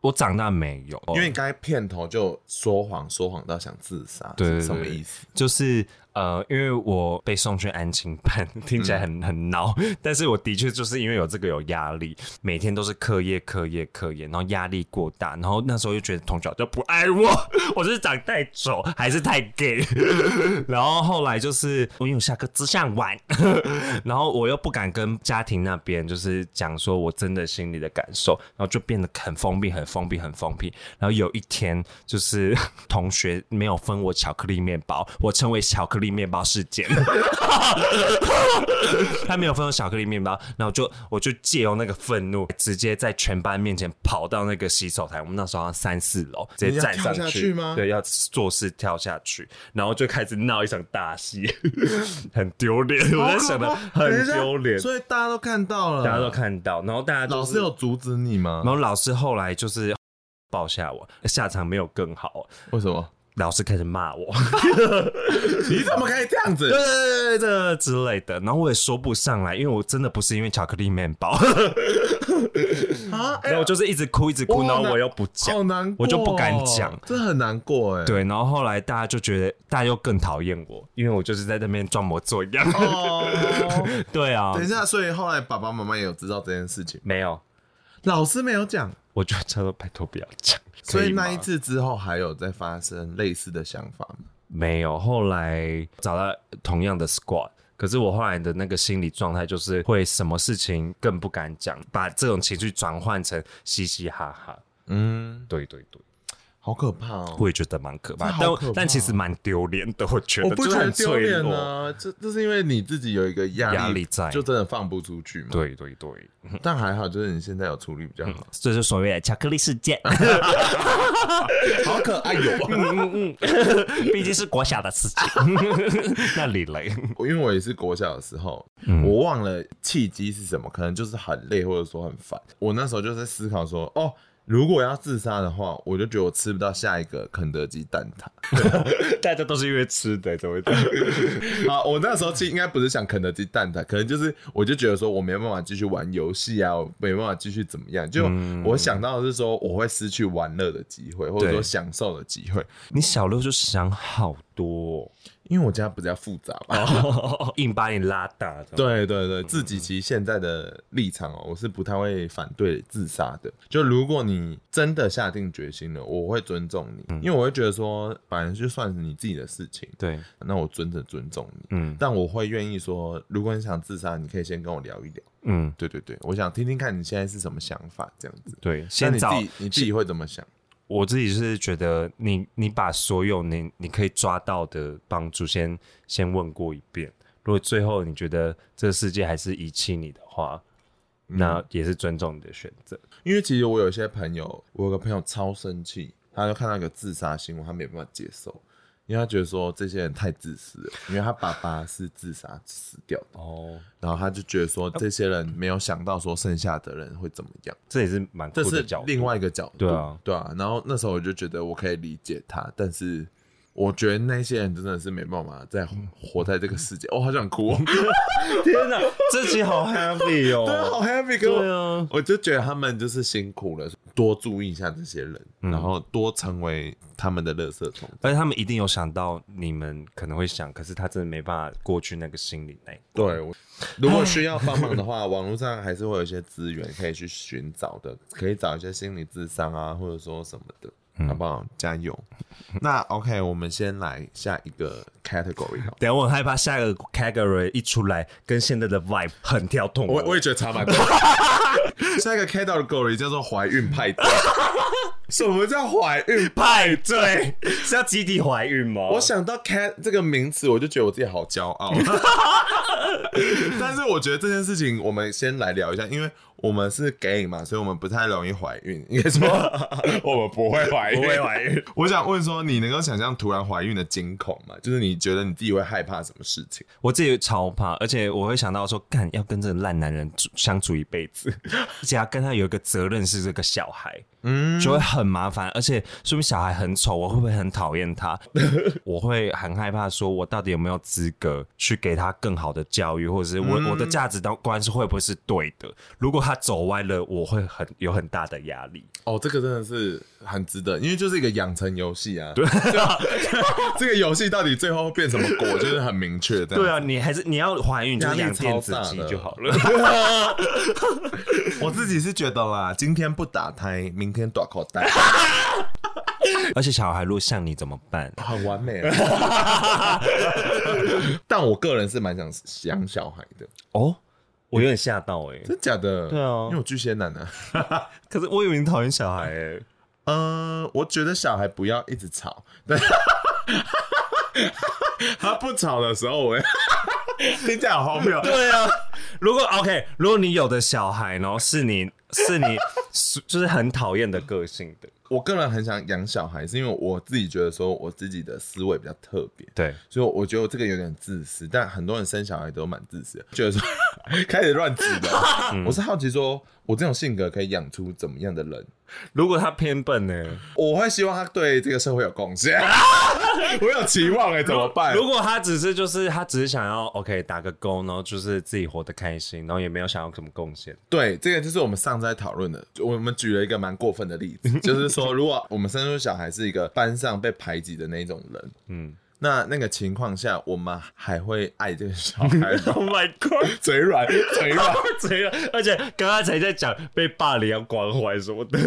[SPEAKER 2] 我长大没有，
[SPEAKER 1] 因为你刚才片头就说谎，说谎到想自杀，
[SPEAKER 2] 对对
[SPEAKER 1] 是什么
[SPEAKER 2] 对
[SPEAKER 1] 意思？
[SPEAKER 2] 就是呃，因为我被送去安亲班， (laughs) 听起来很很闹，但是我的确就是因为有这个有压力，每天都是课业课业课业，然后压力过大，然后那时候就觉得同学就不爱我， (laughs) 我是长太丑还是太 gay，然 (laughs) 后后来就是我有下课只想玩， (laughs) 然后我又不敢跟家庭那边就是讲说我真的心里的感受，然后就变得很封闭，很封闭，很封闭。然后有一天，就是同学没有分我巧克力面包，我称为巧克力面包事件。他没有分我巧克力面包，然后就我就借由那个愤怒，直接在全班面前跑到那个洗手台，我们那时候好像三四楼，直接
[SPEAKER 1] 你要
[SPEAKER 2] 站
[SPEAKER 1] 跳
[SPEAKER 2] 上
[SPEAKER 1] 下
[SPEAKER 2] 去
[SPEAKER 1] 去吗
[SPEAKER 2] 对，要做事跳下去，然后就开始闹一场
[SPEAKER 1] (laughs)
[SPEAKER 2] 大戏，很丢脸。我在想的
[SPEAKER 1] 等
[SPEAKER 2] 很
[SPEAKER 1] 一下
[SPEAKER 2] 丢脸，
[SPEAKER 1] 所以大家都看到了，
[SPEAKER 2] 大家都看到，然后大家、就是、
[SPEAKER 1] 老师有，阻止你吗
[SPEAKER 2] 然？后老师后来就是 (laughs) 抱下我，下场没有更好，
[SPEAKER 1] 为什
[SPEAKER 2] (laughs)
[SPEAKER 1] 么？
[SPEAKER 2] 老师开始
[SPEAKER 1] (laughs)
[SPEAKER 2] 骂我， (laughs)
[SPEAKER 1] 你怎么可以这样
[SPEAKER 2] 对
[SPEAKER 1] 子？
[SPEAKER 2] 对对对之类的，然后我也说不上来，因为我真的不是因为巧克力面包，
[SPEAKER 1] 啊，哎
[SPEAKER 2] 然后我就是一直哭一直哭，
[SPEAKER 1] 哇
[SPEAKER 2] 然后我
[SPEAKER 1] 那
[SPEAKER 2] 又不讲
[SPEAKER 1] 好。难过，哦
[SPEAKER 2] 我就不敢讲
[SPEAKER 1] 这很难过哎。
[SPEAKER 2] 对，然后后来大家就觉得，大家又更讨厌我，因为我就是在那边装模作样。
[SPEAKER 1] 哦，
[SPEAKER 2] (laughs) 对啊，
[SPEAKER 1] 等一下，所以后来爸爸妈妈也有知道这件事情，
[SPEAKER 2] 没有，
[SPEAKER 1] 老师没有讲，
[SPEAKER 2] 我就叫说拜托不要讲。
[SPEAKER 1] (laughs) 所
[SPEAKER 2] 可
[SPEAKER 1] 以
[SPEAKER 2] 吗
[SPEAKER 1] 那一次之后还有再发生类似的想法吗？
[SPEAKER 2] 没有，后来找到同样的 squad。可是我后来的那个心理状态就是会什么事情更不敢讲，把这种情绪转换成嘻嘻哈哈。
[SPEAKER 1] 嗯，
[SPEAKER 2] 对对对，
[SPEAKER 1] 好可怕哦！
[SPEAKER 2] 我也觉得蛮可怕，
[SPEAKER 1] 这好
[SPEAKER 2] 但
[SPEAKER 1] 可怕哦
[SPEAKER 2] 但其实蛮丢脸的，我觉得
[SPEAKER 1] 我不觉
[SPEAKER 2] 就是
[SPEAKER 1] 得
[SPEAKER 2] 很
[SPEAKER 1] 丢
[SPEAKER 2] 脆
[SPEAKER 1] 脸
[SPEAKER 2] 弱。
[SPEAKER 1] 啊，这这是因为你自己有一个压力
[SPEAKER 2] 压力在
[SPEAKER 1] 就真的放不出去嘛。，
[SPEAKER 2] 对对对，
[SPEAKER 1] 但还好，就是你现在有处理比较
[SPEAKER 2] (laughs)
[SPEAKER 1] 好，
[SPEAKER 2] 这是所谓的巧克力事
[SPEAKER 1] (laughs)
[SPEAKER 2] 件。
[SPEAKER 1] 好可爱哟、
[SPEAKER 2] 嗯嗯嗯，毕竟是国小的
[SPEAKER 1] (laughs)
[SPEAKER 2] 事情。那李雷，
[SPEAKER 1] 因为我也是国小的时候，
[SPEAKER 2] 嗯
[SPEAKER 1] 我忘了契机是什么，可能就是很累或者说很烦。我那时候就在思考说，哦，如果要自杀的话，我就觉得我吃不到下一个肯德基蛋挞。
[SPEAKER 2] 大家都是因为吃的，怎么会？
[SPEAKER 1] 啊，我那时候其实应该不是想肯德基蛋挞，可能就是我就觉得说我没有办法继续玩游戏啊，我没办法继续怎么样，就我想到的是说我会失去玩乐的机会，或者说
[SPEAKER 2] 嗯对
[SPEAKER 1] 享受的机会，
[SPEAKER 2] 你小六就想好多
[SPEAKER 1] 因为我家比较复杂嘛。
[SPEAKER 2] 哦，硬把你拉大的。
[SPEAKER 1] 对对对，自己其实现在的立场哦，我是不太会反对自杀的。就如果你真的下定决心了，我会尊重你，
[SPEAKER 2] 嗯
[SPEAKER 1] 因为我会觉得说，反正就算是你自己的事情，
[SPEAKER 2] 对，
[SPEAKER 1] 那我真的尊重你。
[SPEAKER 2] 嗯
[SPEAKER 1] 但我会愿意说，如果你想自杀，你可以先跟我聊一聊。
[SPEAKER 2] 嗯，
[SPEAKER 1] 对对对，我想听听看你现在是什么想法，这样子。
[SPEAKER 2] 对。
[SPEAKER 1] 那
[SPEAKER 2] 先
[SPEAKER 1] 你自
[SPEAKER 2] 找
[SPEAKER 1] 己你自己会怎么想？
[SPEAKER 2] 我自己是觉得你，你把所有你你可以抓到的帮助先先问过一遍。如果最后你觉得这个世界还是遗弃你的话，
[SPEAKER 1] 嗯
[SPEAKER 2] 那也是尊重你的选择。
[SPEAKER 1] 因为其实我有一些朋友，我有个朋友超生气，他就看到一个自杀新闻，他没办法接受，因为他觉得说这些人太自私了，因为他爸爸是自杀死掉的，
[SPEAKER 2] 哦，
[SPEAKER 1] 然后他就觉得说
[SPEAKER 2] 呃
[SPEAKER 1] 这些人没有想到说剩下的人会怎么样，
[SPEAKER 2] 这也是蛮酷
[SPEAKER 1] 这
[SPEAKER 2] 的
[SPEAKER 1] 是
[SPEAKER 2] 角度。
[SPEAKER 1] 另外一个角度，
[SPEAKER 2] 对啊，
[SPEAKER 1] 对啊。然后那时候我就觉得我可以理解他，但是。我觉得那些人真的是没办法再活在这个世界，我、好想
[SPEAKER 2] (laughs)
[SPEAKER 1] 哭、哦，
[SPEAKER 2] 天哪，这集好 happy
[SPEAKER 1] (laughs) 对啊，好
[SPEAKER 2] 哦！
[SPEAKER 1] happy，可
[SPEAKER 2] 对
[SPEAKER 1] 我
[SPEAKER 2] 啊，
[SPEAKER 1] (laughs) 我就觉得他们就是辛苦了，多注意一下这些人，然后多成为他们的垃圾桶。
[SPEAKER 2] 而且他们一定有想到你们可能会想，可是他真的没办法过去那个心理那一关。
[SPEAKER 1] 对，我如果需要帮忙的话， (coughs) 网络上还是会有一些资源可以去寻找的，可以找一些心理智商啊，或者说什么的，好不好？加油！那 OK，我们先来下一个 category 好了。
[SPEAKER 2] 等一下我很害怕下一个 category 一出来，跟现在的 vibe 很跳痛哦。
[SPEAKER 1] 我我也觉得差蛮多。 (laughs) 下一个 category 叫做怀孕派对。什么叫怀孕
[SPEAKER 2] 派对是要集体怀孕吗？
[SPEAKER 1] 我想到 “cat” 这个名词，我就觉得我自己好骄傲。 (laughs) 但是我觉得这件事情，我们先来聊一下，因为我们是 gay 嘛，所以我们不太容易怀孕。应该 (laughs) 说，我们不会怀
[SPEAKER 2] 不
[SPEAKER 1] 孕。
[SPEAKER 2] 会怀孕。
[SPEAKER 1] 我想问说，你能够想象突然怀孕的惊恐吗？就是你觉得你自己会害怕什么事情？
[SPEAKER 2] 我自己超怕，而且我会想到说，干要跟这个烂男人住相处一辈子， (laughs) 而且要跟他有一个责任是这个小孩，嗯，就会很麻烦。而且说明小孩很丑，我会不会很讨厌
[SPEAKER 1] (laughs)
[SPEAKER 2] 他？我会很害怕，说我到底有没有资格去给他更好的教育，或者是我、
[SPEAKER 1] 嗯
[SPEAKER 2] 我的价值观是会不会是对的？如果他走歪了，我会很有很大的压力。
[SPEAKER 1] 哦，这个真的是很值得，因为就是一个养成游戏啊。对啊， (laughs) 这个游戏到底最后会变什么果，就是很明确。
[SPEAKER 2] 对，啊，你还是你要怀孕就
[SPEAKER 1] 压
[SPEAKER 2] 是
[SPEAKER 1] 力
[SPEAKER 2] 养电
[SPEAKER 1] 超
[SPEAKER 2] 子
[SPEAKER 1] 大
[SPEAKER 2] 鸡
[SPEAKER 1] 的
[SPEAKER 2] 就好了。 (laughs)
[SPEAKER 1] 我自己是觉得啦，今天不打胎，明天短口袋，
[SPEAKER 2] 而且小孩如果像你怎么办？
[SPEAKER 1] 很完
[SPEAKER 2] (laughs)
[SPEAKER 1] 美、啊。但我个人是蛮想养小孩的，
[SPEAKER 2] 哦，我有点吓到哎、
[SPEAKER 1] 真假的？
[SPEAKER 2] 对啊
[SPEAKER 1] 因为我巨蟹男啊。
[SPEAKER 2] (laughs) 可是我以为你讨厌小孩哎、
[SPEAKER 1] 嗯，我觉得小孩不要一直吵，但他不吵的时候，我会 (laughs) 听起来好荒谬。
[SPEAKER 2] 对啊，如果 OK，如果你有的小孩，然后是你是你是 (laughs) 就是很讨厌的个性的，
[SPEAKER 1] 我个人很想养小孩，是因为我自己觉得说我自己的思维比较特别，
[SPEAKER 2] 对，
[SPEAKER 1] 所以我觉得我这个有点自私，但很多人生小孩都蛮自私的，觉得说 (laughs) 开始乱指的。我是好奇说，我这种性格可以养出怎么样的人？
[SPEAKER 2] 如果他偏笨呢、
[SPEAKER 1] 我会希望他对这个社会有贡
[SPEAKER 2] (laughs)
[SPEAKER 1] 献。我有期望哎、怎么办？
[SPEAKER 2] 如果他只是就是他只是想要 OK 打个工，然后就是自己活得开心，然后也没有想要什么贡献，
[SPEAKER 1] 对，这个就是我们上次在讨论的，我们举了一个蛮过分的例
[SPEAKER 2] (laughs)
[SPEAKER 1] 子，就是说，如果我们生出小孩是一个班上被排挤的那种人，
[SPEAKER 2] 嗯
[SPEAKER 1] 那那个情况下，我们还会爱这个小孩
[SPEAKER 2] (laughs)
[SPEAKER 1] 吗？
[SPEAKER 2] ，Oh my God，
[SPEAKER 1] 嘴软，嘴软。
[SPEAKER 2] 这个，而啊且刚刚才在讲被霸凌要关怀什么的，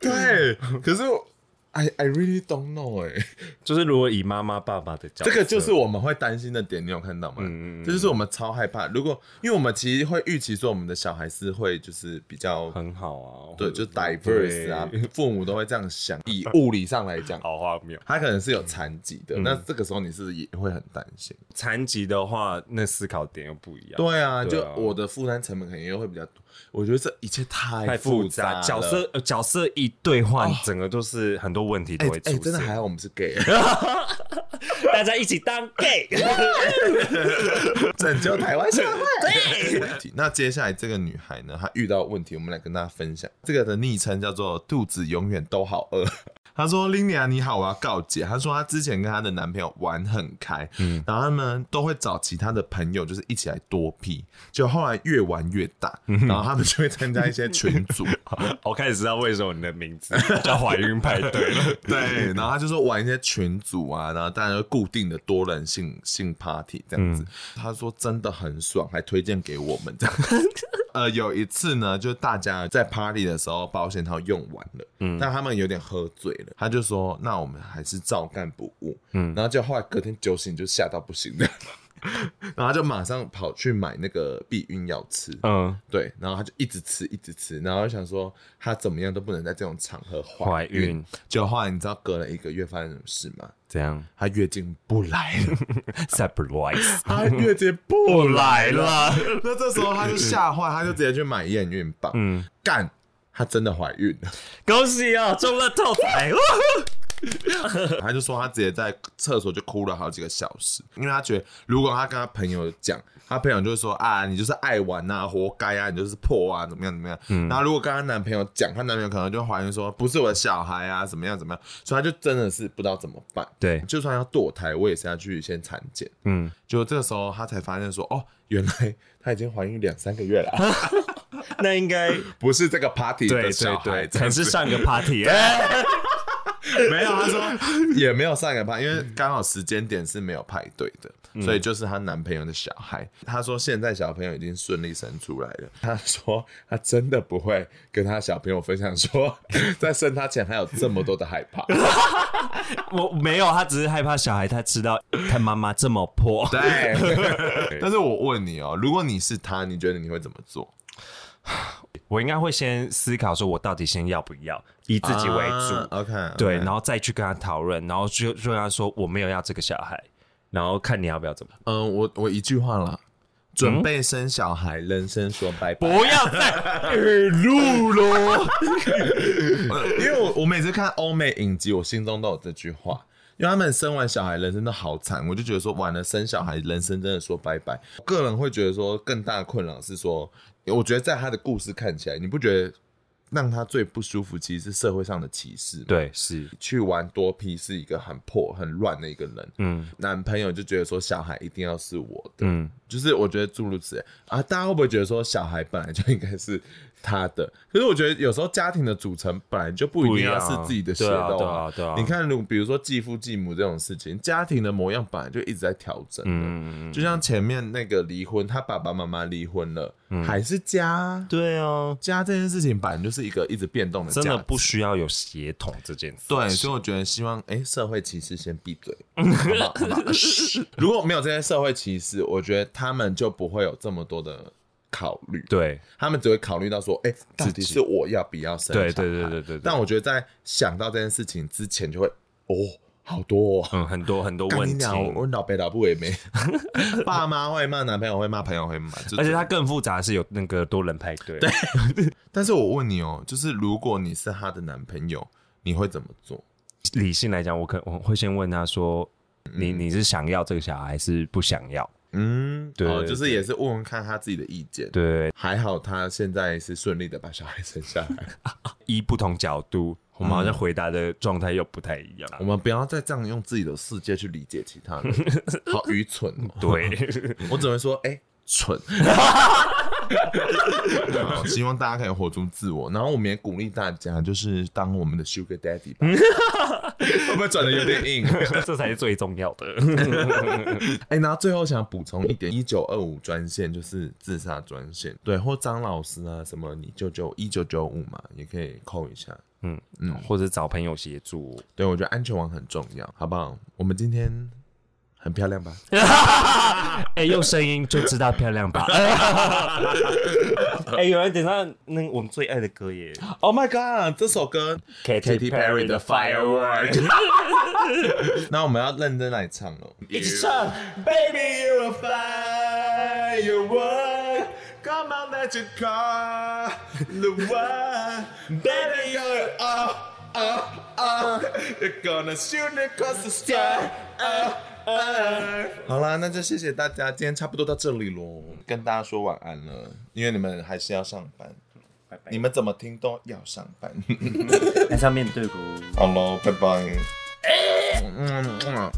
[SPEAKER 1] 对，可是 I I really don't know 哎、
[SPEAKER 2] 就是如果以妈妈爸爸的角色，
[SPEAKER 1] 这个就是我们会担心的点，你有看到吗？
[SPEAKER 2] 嗯嗯嗯
[SPEAKER 1] 这就是我们超害怕。如果因为我们其实会预期说我们的小孩是会就是比较
[SPEAKER 2] 很好啊，
[SPEAKER 1] 对，
[SPEAKER 2] 或者
[SPEAKER 1] 就 diverse 啊
[SPEAKER 2] 对，
[SPEAKER 1] 父母都会这样想。以物理上来讲，
[SPEAKER 2] 好荒谬。
[SPEAKER 1] 他可能是有残疾的，
[SPEAKER 2] 嗯
[SPEAKER 1] 那这个时候你是不是也会很担心？
[SPEAKER 2] 残疾的话，那思考点又不一样。
[SPEAKER 1] 对啊，
[SPEAKER 2] 对
[SPEAKER 1] 就
[SPEAKER 2] 啊
[SPEAKER 1] 我的负担成本肯定又会比较多。我觉得这一切太
[SPEAKER 2] 太复
[SPEAKER 1] 复
[SPEAKER 2] 杂，
[SPEAKER 1] 了
[SPEAKER 2] 角色呃角色一兑换
[SPEAKER 1] 哦，
[SPEAKER 2] 整个都是很多问题
[SPEAKER 1] 哎
[SPEAKER 2] 都会出
[SPEAKER 1] 哎，
[SPEAKER 2] 现。
[SPEAKER 1] 真的还好我们是
[SPEAKER 2] (laughs)
[SPEAKER 1] gay，
[SPEAKER 2] 大家一起当 gay，
[SPEAKER 1] 拯救台湾社会。对，那接下来这个女孩呢，她遇到问题，我们来跟大家分享。这个的昵称叫做“肚子永远都好饿”。 (laughs) 她说 l i n a 你好，我要告解。”她说她之前跟她的男朋友玩很开，
[SPEAKER 2] 嗯
[SPEAKER 1] 然后他们都会找其他的朋友，就是一起来多批。就后来越玩越大，然后他们就会参加一些群组，
[SPEAKER 2] 我开始知道为什么你的名字叫怀孕派对了。
[SPEAKER 1] (laughs) 对，然后他就说玩一些群组啊，然后当然就固定的多人性性 party 这样子。他说真的很爽，还推荐给我们这 (laughs) 样。呃，有一次呢，就大家在 party 的时候，保险套用完了，嗯，但他们有点喝醉了，他就说那我们还是照干不误，嗯，然后就后来隔天酒醒就吓到不行的。 (laughs) 然后他就马上跑去买那个避孕药吃，
[SPEAKER 2] 嗯，
[SPEAKER 1] 对，然后他就一直吃，一直吃，然后想说他怎么样都不能在这种场合
[SPEAKER 2] 怀
[SPEAKER 1] 怀孕
[SPEAKER 2] 孕
[SPEAKER 1] 就后来你知道隔了一个月发生什么事吗？
[SPEAKER 2] 怎样
[SPEAKER 1] 她月经不来了，
[SPEAKER 2] ？surprise
[SPEAKER 1] 她月经不
[SPEAKER 2] (laughs) 不
[SPEAKER 1] 来
[SPEAKER 2] 来
[SPEAKER 1] 了。
[SPEAKER 2] 了，
[SPEAKER 1] 那这时候她就吓坏，她就直接去买验孕棒。
[SPEAKER 2] 嗯，
[SPEAKER 1] 干，她真的怀孕了。
[SPEAKER 2] 恭喜啊，中了头彩！
[SPEAKER 1] 她就说她直接在厕所就哭了好几个小时，因为她觉得如果她跟她朋友讲，她朋友就会说啊，你就是爱玩啊，活该啊，你就是破啊，怎么样怎么样。
[SPEAKER 2] 嗯
[SPEAKER 1] 然后如果跟她男朋友讲，她男朋友可能就怀疑说不是我的小孩啊，怎么样怎么样，所以她就真的是不知道怎么办。
[SPEAKER 2] 对，
[SPEAKER 1] 就算要堕胎，我也是要去先产检。
[SPEAKER 2] 嗯，
[SPEAKER 1] 就这个时候，她才发现说，哦，原来她已经怀孕两三个月了啊，
[SPEAKER 2] 那应该
[SPEAKER 1] 不是这个 party
[SPEAKER 2] 对
[SPEAKER 1] 的小
[SPEAKER 2] 对
[SPEAKER 1] 孩，
[SPEAKER 2] 对，
[SPEAKER 1] 这样
[SPEAKER 2] 才
[SPEAKER 1] 子
[SPEAKER 2] 是上个 party，
[SPEAKER 1] 没有。她说 (laughs) 也没有上个 party，因为刚好时间点是没有排队的，所以就是她男朋友的小孩。她说现在小朋友已经顺利生出来了。她说她真的不会跟她小朋友分享说， (laughs) 在生她前还有这么多的害 (laughs) 怕。
[SPEAKER 2] 我没有，他只是害怕小孩，他知道他妈妈这么破，
[SPEAKER 1] 对，但是我问你哦，如果你是她，你觉得你会怎么做？
[SPEAKER 2] 我应该会先思考说，我到底先要不要，以自己为主。
[SPEAKER 1] 啊，OK，
[SPEAKER 2] 对，然后再去跟他讨论，然后就就跟他说我没有要这个小孩，然后看你要不要怎么。
[SPEAKER 1] 嗯，我我一句话了，
[SPEAKER 2] 嗯
[SPEAKER 1] 准备生小孩，人生说拜拜。
[SPEAKER 2] 不要再语录喽！
[SPEAKER 1] (laughs) 因为我我每次看欧美影集，我心中都有这句话。因为他们生完小孩，人生都好惨，我就觉得说，完了生小孩，人生真的说拜拜。我个人会觉得说，更大的困扰是说，我觉得在他的故事看起来，你不觉得让他最不舒服，其实是社会上的歧视吗。
[SPEAKER 2] (laughs) 对，是，
[SPEAKER 1] 去玩多批是一个很破、很乱的一个人，
[SPEAKER 2] 嗯
[SPEAKER 1] 男朋友就觉得说，小孩一定要是我的，
[SPEAKER 2] 嗯，
[SPEAKER 1] 就是我觉得诸如此类啊，大家会不会觉得说小孩本来就应该是他的？可是我觉得有时候家庭的组成本来就不一定要是自己的血肉
[SPEAKER 2] 对啊，对啊，对啊
[SPEAKER 1] 你，看，如比如说继父继母这种事情，家庭的模样本来就一直在调整的。
[SPEAKER 2] 嗯，
[SPEAKER 1] 就像前面那个离婚，他爸爸妈妈离婚了，还是家啊
[SPEAKER 2] 嗯对啊，
[SPEAKER 1] 家这件事情，本来就是一个一直变动的价
[SPEAKER 2] 真
[SPEAKER 1] 值，
[SPEAKER 2] 的不需要有协同这件事。
[SPEAKER 1] 对，所以我觉得希望，哎、社会歧视先闭
[SPEAKER 2] (laughs)
[SPEAKER 1] 嘴，好不好好不好嘘如果没有这些社会歧视，我觉得他们就不会有这么多的考虑，
[SPEAKER 2] 对，
[SPEAKER 1] 他们只会考虑到说，哎、到底是我要不要生小孩？
[SPEAKER 2] 对对对对对对
[SPEAKER 1] 但我觉得在想到这件事情之前，就会，哦，好多、哦。
[SPEAKER 2] 嗯，很多很多
[SPEAKER 1] 干你
[SPEAKER 2] 问题，
[SPEAKER 1] 俩，我老北老不也
[SPEAKER 2] (laughs)
[SPEAKER 1] 没，爸妈会骂，男朋友会骂，朋友会骂，就
[SPEAKER 2] 而且它更复杂，是有那个多人派对。对，
[SPEAKER 1] 但是我问你哦，就是如果你是她的男朋友，你会怎么做？
[SPEAKER 2] 理性来讲，我可我会先问他说，你你是想要这个小孩，还是不想要？
[SPEAKER 1] 嗯，
[SPEAKER 2] 对
[SPEAKER 1] 哦，
[SPEAKER 2] 对
[SPEAKER 1] 就是也是问问看她自己的意见。
[SPEAKER 2] 对，
[SPEAKER 1] 还好她现在是顺利的把小孩生下
[SPEAKER 2] (laughs)
[SPEAKER 1] 来。
[SPEAKER 2] 依不同角度，我们好像回答的状态又不太一样。
[SPEAKER 1] 我们不要再这样用自己的世界去理解其他
[SPEAKER 2] (laughs)
[SPEAKER 1] 人，好愚蠢哦！
[SPEAKER 2] 对， (laughs)
[SPEAKER 1] 我只会说，哎、蠢。好希望大家可以活出自我，然后我们也鼓励大家，就是当我们的 Sugar Daddy
[SPEAKER 2] (laughs)
[SPEAKER 1] 吧。会不会转的有点硬？
[SPEAKER 2] 这才是最重要的。
[SPEAKER 1] 哎、然后最后想补充一点，一九二五专线就是自杀专线，对，或张老师啊，什么你救救一九九五嘛，也可以扣一下。
[SPEAKER 2] 嗯嗯，或者找朋友协助。 (laughs)
[SPEAKER 1] 对，我觉得安全网很重要，好不好？我们今天很漂亮吧？
[SPEAKER 2] 哎、用声音就知道漂 (laughs) 亮吧？哎、有人点到那我们最爱的歌耶
[SPEAKER 1] Oh my god！这首歌
[SPEAKER 2] Katy Perry 的
[SPEAKER 1] Firework。那我们要认真来唱哦，一
[SPEAKER 2] 起唱
[SPEAKER 1] Baby, you are firework. Come on, let it cry. The one. Baby, you're up, up, up. You're gonna shoot across the sky. up, up. (laughs) 好啦，那就谢谢大家，今天差不多到这里喽，跟大家说晚安了，因为你们还是要上班，
[SPEAKER 2] 拜拜
[SPEAKER 1] 你们怎么听都要上班。
[SPEAKER 2] 还是要面对不？
[SPEAKER 1] 好喽，拜拜。嗯嗯。嗯